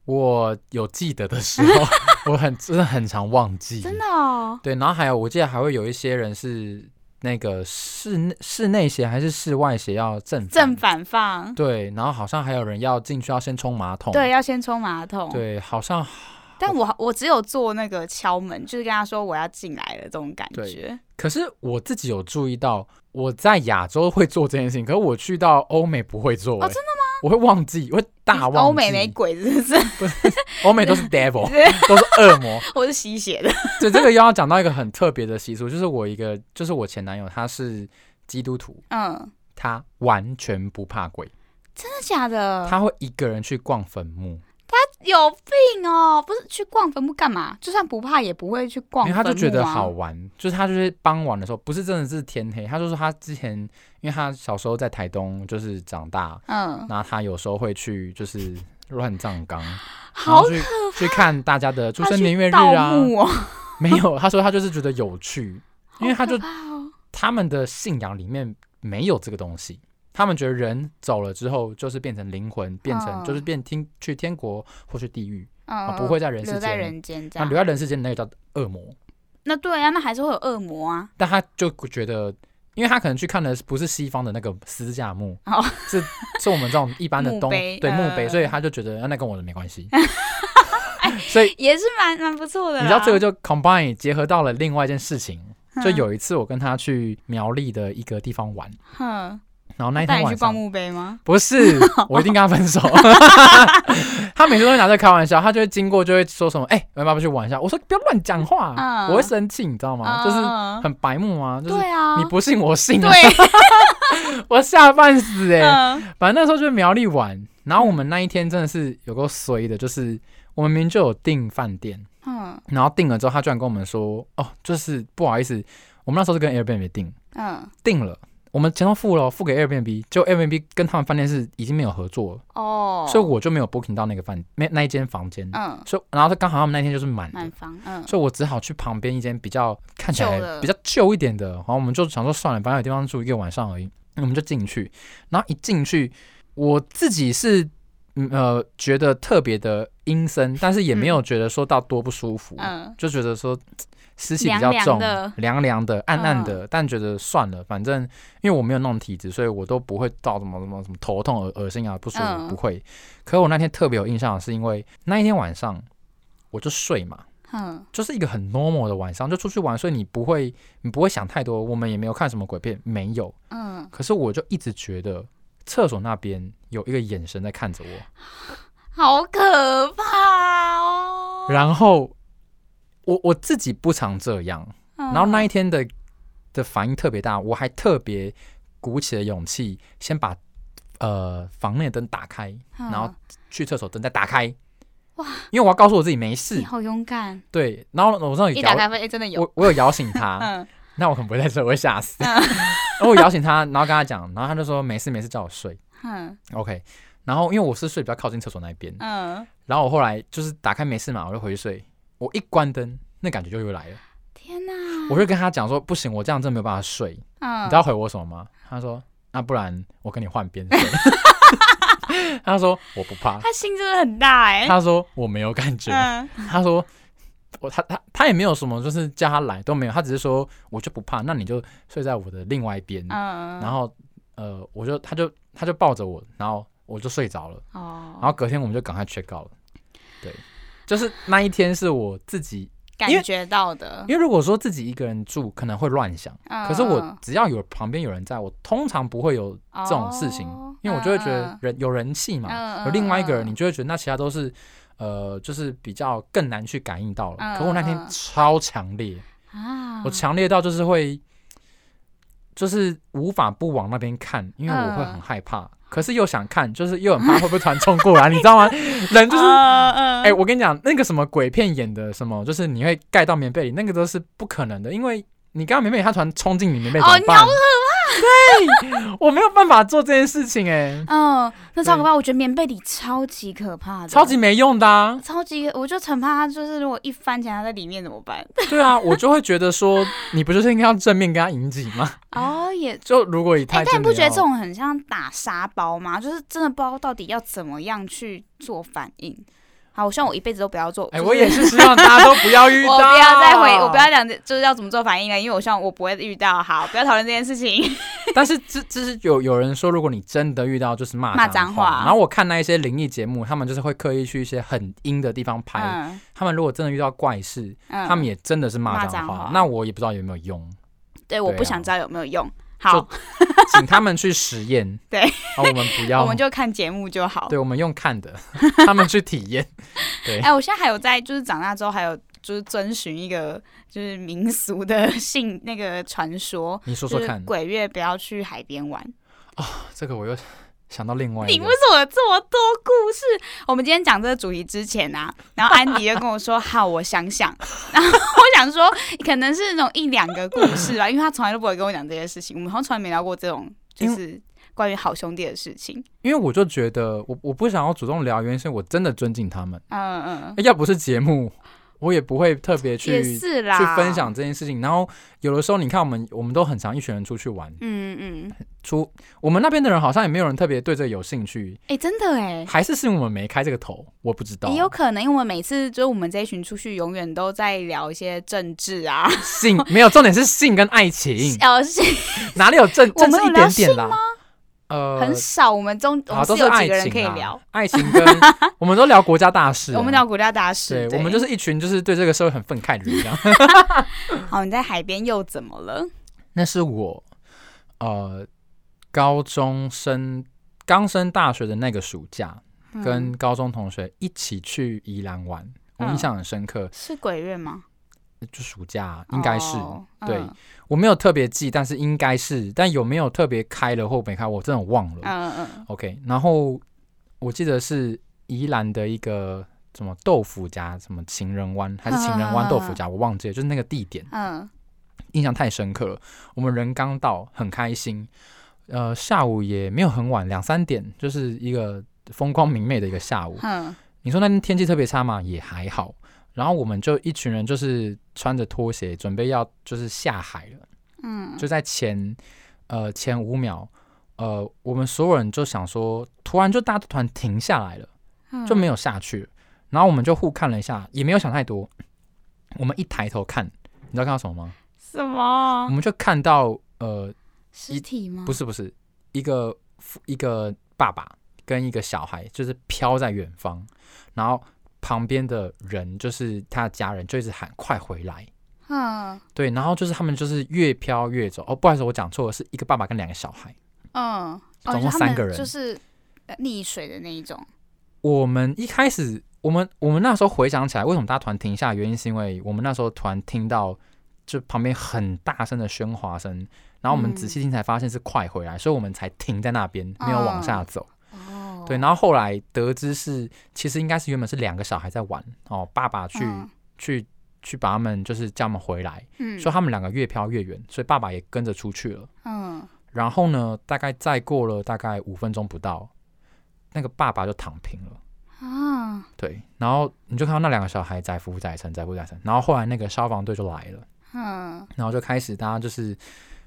S2: 我有记得的时候， 我很真的很常忘记，
S1: 真的哦，
S2: 对，然后还有，我记得还会有一些人是那个室内室内鞋还是室外鞋要正反
S1: 正反放，
S2: 对，然后好像还有人要进去要先冲马桶，
S1: 对，要先冲马桶。
S2: 对，好像
S1: 但我我只有做那个敲门，就是跟他说我要进来了这种感觉
S2: 对。可是我自己有注意到，我在亚洲会做这件事情，可是我去到欧美不会做、
S1: 哦真
S2: 的吗？我会忘记，我会大忘记。
S1: 欧美没鬼是不是？
S2: 欧美都是 devil，
S1: 对
S2: 都是恶魔。
S1: 我是吸血 的。
S2: 对，这个又要讲到一个很特别的习俗，就是我一个，就是我前男友他是基督徒，
S1: 嗯，
S2: 他完全不怕鬼，
S1: 真的假的？
S2: 他会一个人去逛坟墓。
S1: 有病哦！不是去逛坟墓干嘛？就算不怕也不会去逛
S2: 因为
S1: 坟墓、
S2: 他
S1: 啊。
S2: 就觉得好玩，就是他就是傍晚的时候，不是真的是天黑，他就说他之前，因为他小时候在台东就是长大，
S1: 嗯，
S2: 那他有时候会去就是乱葬岗，然
S1: 好
S2: 后去去看大家的出
S1: 他
S2: 生
S1: 去
S2: 年月日
S1: 盗
S2: 啊，
S1: 墓哦，
S2: 没有，他说他就是觉得有趣，因为 他就
S1: 好可怕哦
S2: 他们的信仰里面没有这个东西。他们觉得人走了之后就是变成灵魂，变成就是
S1: 嗯
S2: 变天去天国或去地狱，
S1: 嗯、
S2: 啊不会在人世
S1: 留在
S2: 间
S1: 人间这
S2: 那
S1: 样。
S2: 留在人世间的那个叫恶魔。
S1: 那对啊，那还是会有恶魔啊。
S2: 但他就觉得，因为他可能去看的不是西方的那个私架木，
S1: 哦
S2: 是是我们这种 一般的
S1: 墓
S2: 东
S1: 碑
S2: 对墓碑，
S1: 呃
S2: 所以他就觉得啊那跟我的没关系。所以
S1: 也是蛮蛮不错的啦。啊
S2: 你知道这个就 combine 结合到了另外一件事情，
S1: 嗯
S2: 就有一次我跟他去苗栗的一个地方玩，
S1: 哼，
S2: 然后那一
S1: 带
S2: 天
S1: 你
S2: 晚
S1: 去逛
S2: 上
S1: 墓碑吗？
S2: 不是我一定跟他分手。他每次都会拿这个开玩笑，他就会经过就会说什么：“哎、我们要不要去玩一下？”我说：“不要乱讲话，
S1: 嗯
S2: 我会生气，你知道吗？”就是
S1: 嗯
S2: 很白目啊，就是
S1: 对啊，
S2: 你不信我信、啊，
S1: 对，
S2: 我吓半死哎、
S1: 嗯
S2: 反正那时候就是苗栗玩，然后我们那一天真的是有够衰的，就是我们明明就有订饭店，
S1: 嗯
S2: 然后订了之后，他居然跟我们说，哦，就是不好意思，我们那时候是跟 Airbnb 订，
S1: 嗯，
S2: 订了，我们钱都付了哦，付给 Airbnb，就 Airbnb 跟他们饭店是已经没有合作了，
S1: 哦，
S2: 所以我就没有 booking 到那个饭那那一间房间，
S1: 嗯
S2: 所以然后刚好他们那天就是满的
S1: 满房，嗯
S2: 所以我只好去旁边一间比较看起
S1: 旧的
S2: 来比较旧一点的，然后我们就想说算了，反正有地方住一个晚上而已，我们就进去。然后一进去，我自己是嗯呃觉得特别的阴森，但是也没有觉得说到多不舒服，
S1: 嗯
S2: 就觉得说嘖湿气比较重
S1: 凉凉的，嗯
S2: 凉凉的、暗暗的，但觉得算了，反正因为我没有那种体质，所以我都不会到什么什么什么头痛、恶恶心啊、不舒服，
S1: 嗯
S2: 不会。可我那天特别有印象，是因为那一天晚上我就睡嘛。
S1: 哼
S2: 就是一个很 normal 的晚上，就出去玩，所以你不会你不会想太多。我们也没有看什么鬼片，没有。
S1: 嗯，
S2: 可是我就一直觉得厕所那边有一个眼神在看着我，
S1: 好可怕哦。
S2: 然后我我自己不常这样，
S1: 然
S2: 然后那一天的的反应特别大，我还特别鼓起了勇气，先把呃房内的灯打开，然后去厕所灯再打开。
S1: 嗯哇！
S2: 因为我要告诉我自己没事
S1: 你，好勇敢，
S2: 对。然后我那里
S1: 一打
S2: 摇，
S1: 开发现哎真的有，
S2: 我我啊有摇醒他，
S1: 嗯
S2: 那我很不会在这，我会吓死。 然后我摇醒他，然后跟他讲，然后他就说没事没事，叫我睡。
S1: 嗯
S2: OK，然后因为我是睡比较靠近厕所那一边，
S1: 嗯，
S2: 然后我后来就是打开没事嘛，我就回去睡。我一关灯，那感觉就又来了。
S1: 天哪，
S2: 我就跟他讲说，不行，我这样真的没有办法睡。你
S1: 嗯
S2: 知道他回我什么吗？他说，那不然我跟你换边 睡。 他说我不怕，
S1: 他心真的很大哎，
S2: 他说我没有感觉。
S1: 嗯
S2: 他说我他他他也没有什么，就是叫他来都没有，他只是说我就不怕，那你就睡在我的另外一边。
S1: 嗯，
S2: 然后呃，我就他就他就抱着我，然后我就睡着了，
S1: 哦，
S2: 然后隔天我们就赶快 check out 了。对，就是那一天是我自己，因为
S1: 感觉到的，嗯
S2: 因为如果说自己一个人住，可能会乱想，
S1: 可
S2: 可是我只要有旁边有人在，我通常不会有
S1: 哦
S2: 这种事情，因为我就会
S1: 嗯
S2: 觉得人有人气嘛，有另外一个人，你就会觉得那其他都是。呃，就是比较更难去感应到了。可我那天
S1: 嗯嗯嗯
S2: 超强烈，
S1: 啊，
S2: 我强烈到就是会，就是无法不往那边看，因为我
S1: 嗯
S2: 会很害怕，可是又想看，就是又很怕会不会突然冲过来，你知 道吗？人就是。
S1: 嗯嗯，
S2: 哎、我跟你讲，那个什么鬼片演的什么，就是你会盖到棉被里，那个都是不可能的，因为你盖到棉被里，它突然冲进你棉被怎
S1: 哦
S2: 么
S1: 你
S2: 办？
S1: 好
S2: 对，我没有办法做这件事情、哎，
S1: 嗯，那超可怕，我觉得棉被里超级可怕的，
S2: 超级没用的、啊。
S1: 超级，我就很怕他，就是如果一翻起来他在里面怎么办？
S2: 对啊，我就会觉得说，你不就是应该要正面跟他迎击吗？
S1: 哦，也。
S2: 就如果以
S1: 哎、
S2: 太哦真
S1: 但你
S2: 的
S1: 不觉得
S2: 要
S1: 这种很像打沙包吗？就是真的不知道到底要怎么样去做反应。好，我希望我一辈子都不要做。
S2: 哎、
S1: 就是
S2: 我也是希望大家都不要遇到，啊
S1: 我不要再回，我不要讲就是要怎么做反应了，因为我希望我不会遇到。好，不要讨论这件事情。
S2: 但是这这是有有人说，如果你真的遇到，就是骂
S1: 骂
S2: 脏
S1: 脏话
S2: 然后我看那一些灵异节目，他们就是会刻意去一些很阴的地方拍。
S1: 嗯
S2: 他们如果真的遇到怪事，
S1: 嗯
S2: 他们也真的是骂
S1: 骂
S2: 脏
S1: 脏
S2: 话。
S1: 话
S2: 那我也不知道有没有用，
S1: 对，我
S2: 对啊
S1: 不想知道有没有用。好，
S2: 请他们去实验。
S1: 对
S2: 啊，我们不要，
S1: 我们就看节目就好。
S2: 对，我们用看的， 他们去体验。对
S1: 哎、我现在还有在，就是长大之后还有就是遵循一个就是民俗的 信那个传说，
S2: 你 说
S1: 就
S2: 说
S1: 是
S2: 看，
S1: 鬼月不要去海边玩。
S2: 这个我又想到另外一
S1: 你
S2: 个
S1: 为，什么这么多故事？我们今天讲这个主题之前啊，然后安迪就跟我 说：“好，我想想。”然后我想说，可能是那种一两个故事吧，因为他从来都不会跟我讲这些事情，我们好像从来没聊过这种就
S2: 因为
S1: 是关于好兄弟的事情。
S2: 因为我就觉得我我不想要主动聊，原因是我真的尊敬他们。
S1: 嗯嗯嗯，
S2: 要不是节目， 我也不会特别哎去
S1: 也是啦，
S2: 去分享。这件事情。然后有的时候，你看我们我们都很常一群人出去玩，
S1: 嗯嗯，
S2: 出我们那边的人好像也没有人特别对这个有兴趣，
S1: 哎、真的哎、
S2: 还是是因为我们没开这个头，我不知道。
S1: 也有可能，因为我们每次就是我们这一群出去，永远都在聊一些政治啊，
S2: 嗯 性没有重点是性跟爱情，
S1: 呃，是
S2: 哪里有正
S1: 我
S2: 正
S1: 们
S2: 是
S1: 有
S2: 一
S1: 聊
S2: 点点啦。呃，
S1: 很少，我们中我
S2: 啊
S1: 们
S2: 都
S1: 是
S2: 是
S1: 有
S2: 爱
S1: 几个人
S2: 情
S1: 可以
S2: 啊
S1: 聊，
S2: 爱情 跟我们都聊国家大事啊，
S1: 我们聊国家大事
S2: 对，，我们就是一群就是对这个社会很愤慨的人，这样。
S1: 好，你在海边又怎么了？
S2: 那是我呃高中升刚升大学的那个暑假，
S1: 嗯
S2: 跟高中同学一起去宜兰玩，我
S1: 嗯
S2: 印象很深刻，
S1: 是鬼月吗？
S2: 就暑假应该是。
S1: 哦
S2: 对
S1: 嗯
S2: 我没有特别记，但是应该是，但有没有特别开了或没开，我真的忘了。
S1: 嗯嗯
S2: OK，然后我记得是宜兰的一个什么豆腐家，什么情人湾还是情人湾豆腐家，我忘记了，就是那个地点，
S1: 嗯，
S2: 印象太深刻了。我们人刚到，很开心，呃，下午也没有很晚，两三点，就是一个风光明媚的一个下午
S1: 嗯。嗯
S2: 你说那天天气特别差嘛，也还好。然后我们就一群人，就是穿着拖鞋，准备要就是下海了。
S1: 嗯，
S2: 就在前呃前五秒，呃，我们所有人就想说，突然就大家突然停下来了，
S1: 嗯
S2: 就没有下去了然后我们就互看了一下，也没有想太多。我们一抬头看，你知道看到什么吗？
S1: 什
S2: 我
S1: 么
S2: 们就看到呃，
S1: 尸体吗？
S2: 嗯不
S1: 是，
S2: 是不是，一个父一个爸爸跟一个小孩，就是飘在远方，然后旁边的人就是他的家人，就一直喊快回来。
S1: 嗯
S2: 对，然后就是他们就是越飘越走。哦，不好意思，我讲错了，是一个爸爸跟两个小孩。
S1: 嗯，哦
S2: 总
S1: 就
S2: 共
S1: 他
S2: 三
S1: 们
S2: 个人
S1: 就是呃溺水的那一种。
S2: 我们一开始，我们我们那时候回想起来，为什么大家突然停下来？原因是因为我们那时候突然听到就旁边很大声的喧哗声，然后我们
S1: 嗯
S2: 仔细听才发现是快回来，所以我们才停在那边，没有往下走。
S1: 哦，
S2: 对，然后后来得知是其实应该是原本是两个小孩在玩哦，爸爸去、
S1: 嗯
S2: 去去把他们就是叫他们回来，
S1: 嗯，
S2: 所以他们两个越飘越远，所以爸爸也跟着出去了。
S1: 嗯，
S2: 然后呢，大概再过了大概五分钟不到，那个爸爸就躺平了。
S1: 啊，
S2: 对，然后你就看到那两个小孩载浮载沉，载浮载沉。然后后来那个消防队就来了，
S1: 嗯，
S2: 然后就开始大家就是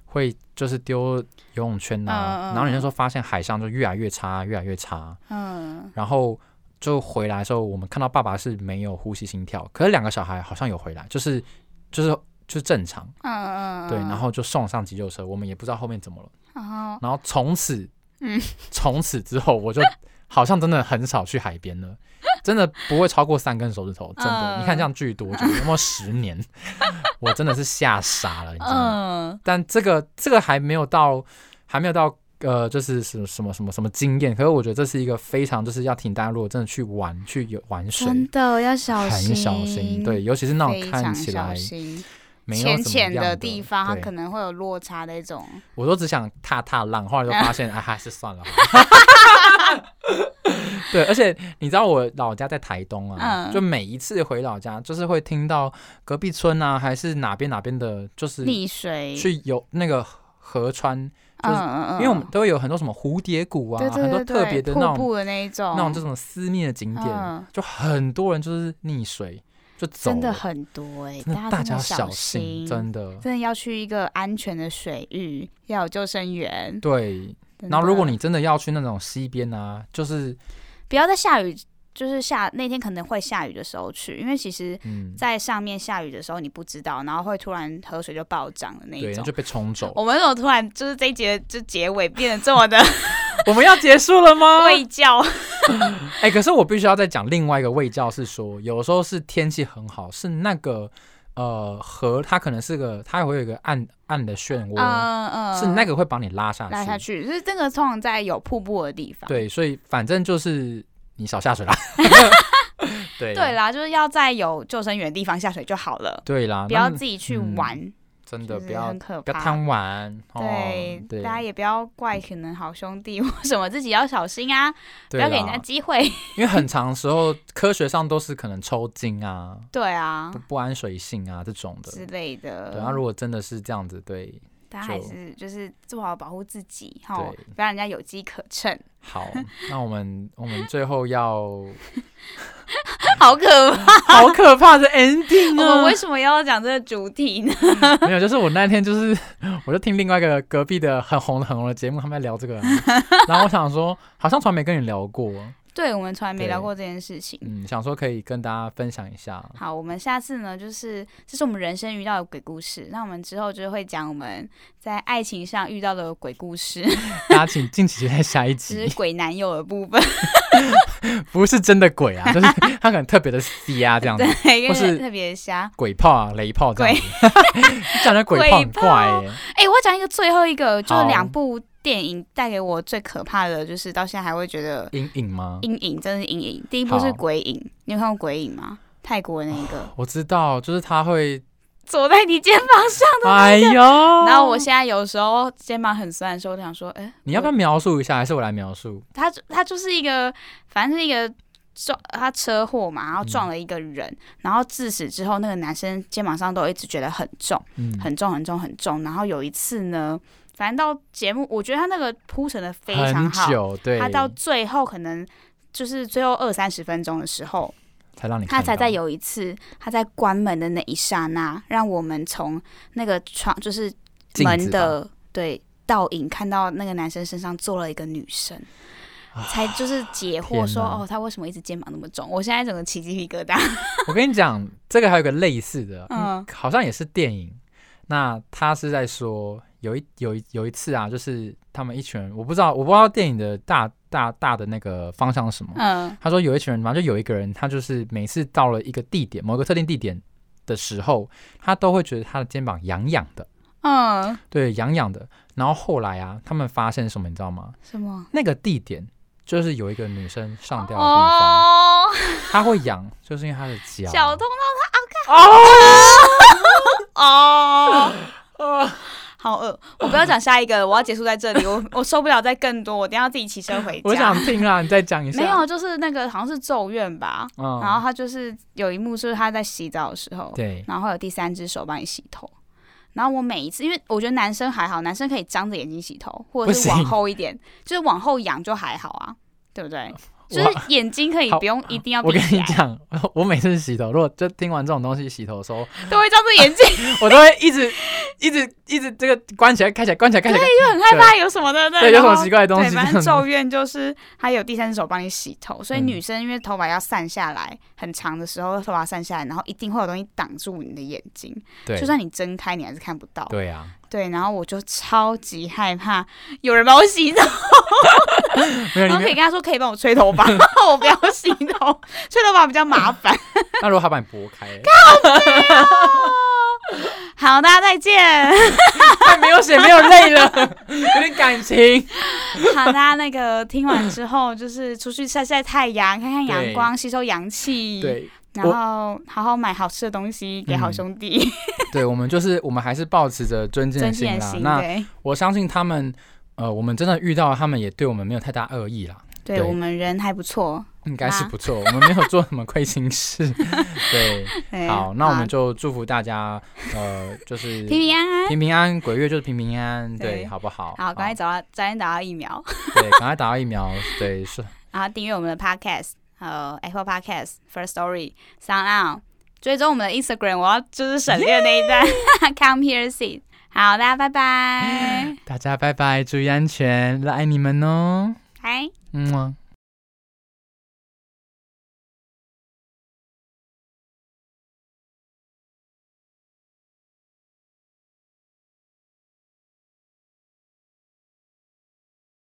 S2: 会就是丢游泳圈呐、
S1: 嗯嗯嗯
S2: 然后你那时候发现海上就越来越差，越来越差。
S1: 嗯，
S2: 然后就回来的时候，我们看到爸爸是没有呼吸心跳，可是两个小孩好像有回来，就是就是就是正常。
S1: 嗯嗯，
S2: 对，然后就送上急救车，我们也不知道后面怎么了。
S1: 然后
S2: 然后从此，
S1: 哦嗯，
S2: 从此之后，我就好像真的很少去海边了，真的不会超过三根手指头，真的。
S1: 嗯
S2: 你看这样距离多久？有没有十年？ 我真的是吓傻了，你知道吗？
S1: 嗯
S2: 但这个这个还没有到，还没有到。呃，就是什么什么什么什么经验，可是我觉得这是一个非常就是要挺大家，如果真的去玩去游玩水，
S1: 真的要小
S2: 很
S1: 心，
S2: 小心，对，，尤其是那
S1: 非
S2: 种看
S1: 常
S2: 起
S1: 小
S2: 来
S1: 心。
S2: 没有
S1: 浅
S2: 怎么
S1: 浅
S2: 样
S1: 的地方，它
S2: 对
S1: 可能会有落差的一种。
S2: 我都只想踏踏浪，后来就 发现，哎，还是算了好了。 对，而且你知道我老家在台东啊，
S1: 嗯
S2: 就每一次回老家，就是会听到隔壁村啊，还是哪边哪边的，就是
S1: 溺水，
S2: 去游那个河川，
S1: 嗯
S2: 是
S1: 嗯嗯，
S2: 因为我们都会有很多什么蝴蝶谷啊，
S1: 对对
S2: 很多
S1: 对
S2: 特
S1: 对，
S2: 别的那
S1: 瀑
S2: 种
S1: 布的那一种，
S2: 那种这种私密的景点，
S1: 嗯
S2: 就很多人就是溺水就走了，
S1: 真的很多哎、
S2: 真的大
S1: 真
S2: 家
S1: 的
S2: 小
S1: 心，
S2: 真的
S1: 真的要去一个安全的水域，要有救生员。
S2: 对。
S1: 真
S2: 然后如果
S1: 的
S2: 你真的要去那种溪边啊，就是
S1: 不要在下雨，就是下那天可能会下雨的时候去，因为其实。
S2: 嗯，
S1: 在上面下雨的时候，你不知道，然后会突然河水就暴涨的那
S2: 对，
S1: 一
S2: 那
S1: 种哦
S2: 就。被冲走。
S1: 我们怎么突然就是这一节就结尾变得这么的
S2: 我们要结束了吗？
S1: 味教？
S2: 哎、可是我必须要再讲另外一个味教，是说有时候是天气很好，是那个呃河，它可能是个它会有一个暗暗的漩涡，
S1: 嗯嗯，
S2: 是那个会把你拉下去。
S1: 拉下去，就是这个通常在有瀑布的地方。
S2: 对，所以反正就是你少下水 啦。对
S1: 对啦，就是要在有救生员的地方下水就好了，
S2: 对啦，
S1: 不要
S2: 啊那
S1: 自己去
S2: 嗯
S1: 玩，
S2: 真的
S1: 就
S2: 不
S1: 是
S2: 要
S1: 很可
S2: 不要
S1: 怕。
S2: 贪玩哦。
S1: 对，
S2: 对，
S1: 大家也不要怪可能好兄弟 或什么，自己要小心啊，不
S2: 对
S1: 要给人
S2: 啦
S1: 家机会。
S2: 因为很长时候科学上都是可能抽筋啊、
S1: 对啊
S2: 不，不安水性啊这种的。
S1: 之类的。
S2: 对，那啊如果真的是这样子，对，
S1: 大家还
S2: 就是
S1: 就是做好保护自己哈，吼
S2: 对
S1: 不要人家有机可乘，
S2: 好，那我们我们最后要
S1: 好 可怕！
S2: 好可怕的 ending
S1: 我们为
S2: 啊！
S1: 什么要讲这个主题呢？
S2: 没有，就是我那天就是我就听另外一个 隔壁的很红很红的节目，他们在聊这个啊、然后我想说，好像从来没跟你聊过，
S1: 对，我们从来没
S2: 对
S1: 聊过这件事情。
S2: 嗯，想说可以跟大家分享一下。
S1: 好，我们下次呢，就是这是我们人生遇到的鬼故事。那我们之后就会讲我们在爱情上遇到的鬼故事，
S2: 大家请敬请期待下一
S1: 只
S2: 集
S1: 是，鬼男友的部分，
S2: 不是真的 鬼啊，就是他可能特别的瞎这样子，
S1: 对，因
S2: 嗯或是
S1: 为特别瞎。
S2: 鬼炮啊、雷炮这样子， 讲的鬼炮很
S1: 鬼
S2: 怪
S1: 炮
S2: 耶、
S1: 哎、我要讲一个最后一个，就是
S2: 好
S1: 两部电影带给我最可怕的，就是到现在还会觉得
S2: 阴影吗？
S1: 阴影，真的是阴影。第一部是
S2: 好哦
S1: 《鬼影》，你有看过《鬼影》吗？泰国那一个
S2: 我知道，就是他会，
S1: 走在你肩膀上，
S2: 哎呦，
S1: 然后我现在有时候肩膀很酸的时候，我就想说，哎、
S2: 你要不
S1: 我
S2: 要描述一下，还是我来描述？
S1: 他就他就是一个，反正是一个撞他车祸嘛，然后
S2: 嗯
S1: 撞了一个人，然后自此之后，那个男生肩膀上都一直觉得很重，
S2: 嗯，
S1: 很重，很重，很重。然后有一次呢，反正到节目，我觉得他那个铺陈的非常
S2: 很
S1: 好，
S2: 久，对，
S1: 他到最后可能就是最后二三十分钟的时候，
S2: 才让你看
S1: 他
S2: 到，
S1: 才在有一次他在关门的那一刹那，让我们从那个窗就是
S2: 镜子
S1: 门
S2: 吧
S1: 的对倒影看到那个男生身上坐了一个女生。才就是解惑
S2: 啊天
S1: 说
S2: 哪哦
S1: 哦，他为什么一直肩膀那么重？我现在整个起鸡皮疙瘩。
S2: 我跟你讲，这个还有个类似的，
S1: 嗯
S2: 嗯，好像也是电影。那他是在说，有一有一有一次啊，就是他们一群人，我不知道我不知道电影的大大大的那个方向是什么。
S1: 嗯
S2: 他说有一群人，反正就有一个人，他就是每次到了一个地点，某个特定地点的时候，他都会觉得他的肩膀痒痒的，
S1: 嗯，
S2: 对，痒痒的。然后后来啊，他们发现什么，你知道吗？
S1: 什么？
S2: 那个地点就是有一个女生上吊的地方，
S1: 哦，
S2: 她会痒，就是因为她的脚。啊
S1: 脚痛到他啊！看哦 好饿，我不要讲下一个，我要结束在这里，我我受不了再更多，我等一下要自己骑车回
S2: 我
S1: 家
S2: 想。听啊啦，你再讲一下。
S1: 没有，就是那个好像是咒怨吧，
S2: 嗯，
S1: 然后他就是有一幕就是他在洗澡的时候，
S2: 对，
S1: 然后会有第三只手帮你洗头。然后我每一次，因为我觉得男生还好，男生可以张着眼睛洗头，或者
S2: 不
S1: 是
S2: 行
S1: 往后一点， 就是往后仰就还好啊，对不对？就是眼睛可以
S2: 好
S1: 不用一定要
S2: 我
S1: 闭
S2: 跟
S1: 起
S2: 你
S1: 来，
S2: 讲， 我每次洗头，如果就听完这种东西洗头的时候，
S1: 都会张着眼睛，
S2: 我都会一直、一直、一直这个关起来、开起来、关起来、开起来，
S1: 就很害怕有什么的，对
S2: 对，有
S1: 然
S2: 什么
S1: 后
S2: 奇怪的东
S1: 对，
S2: 西？
S1: 反
S2: 这
S1: 正
S2: 样子
S1: 咒怨就是它有第三只手帮你洗头，所以
S2: 嗯
S1: 女生因为头发要散下来，很长的时候头发散下来，然后一定会有东西挡住你的眼睛，
S2: 对，
S1: 就算你睁开，你还是看不到。
S2: 对啊，
S1: 对然后我就超级害怕有人帮我洗澡，
S2: 没有
S1: 然
S2: 你
S1: 后可
S2: 没
S1: 以跟
S2: 有。
S1: 他说可以帮我吹头发， 我不要洗头，吹头发比较麻烦。
S2: 那如果他把你拨开，
S1: 好，大家再见。
S2: 他哎没有血，没有泪了， 有点感 情。
S1: 好，大家那个听完之后，就是出去晒晒太阳，看看阳
S2: 对
S1: 光，吸收阳气。。
S2: 对，
S1: 然
S2: 我
S1: 后好好买好吃的东西给好
S2: 嗯
S1: 兄弟，
S2: 对，我们就是我们还是保持着尊敬的
S1: 真
S2: 心
S1: 心
S2: 啦。
S1: 心
S2: 那
S1: 对，
S2: 我相信他们，呃，我们真的遇到他们也对我们没有太大恶意啦，
S1: 对
S2: 对
S1: 我们人还不错。
S2: 应该是
S1: 啊
S2: 不错，我们没有做什么亏 心事。对，
S1: 对
S2: 好，那我
S1: 好
S2: 们就祝福大家，呃，就是
S1: 平平安安。
S2: 平平安安，鬼月就是平平安安，
S1: 对
S2: 对，好不好？
S1: 好，赶快
S2: 打，
S1: 找到，早点打到疫苗，
S2: 对，赶快打到疫苗，对，是，
S1: 然后订阅我们的 Podcast，呃，Apple Podcast、First Story、Sound On，追踪我们的 Instagram。我要就是省略那一段 ，Come here sit。好，大家拜拜，
S2: 大家拜拜，注意安全，热爱你们哦，
S1: 拜。
S2: 嗯么。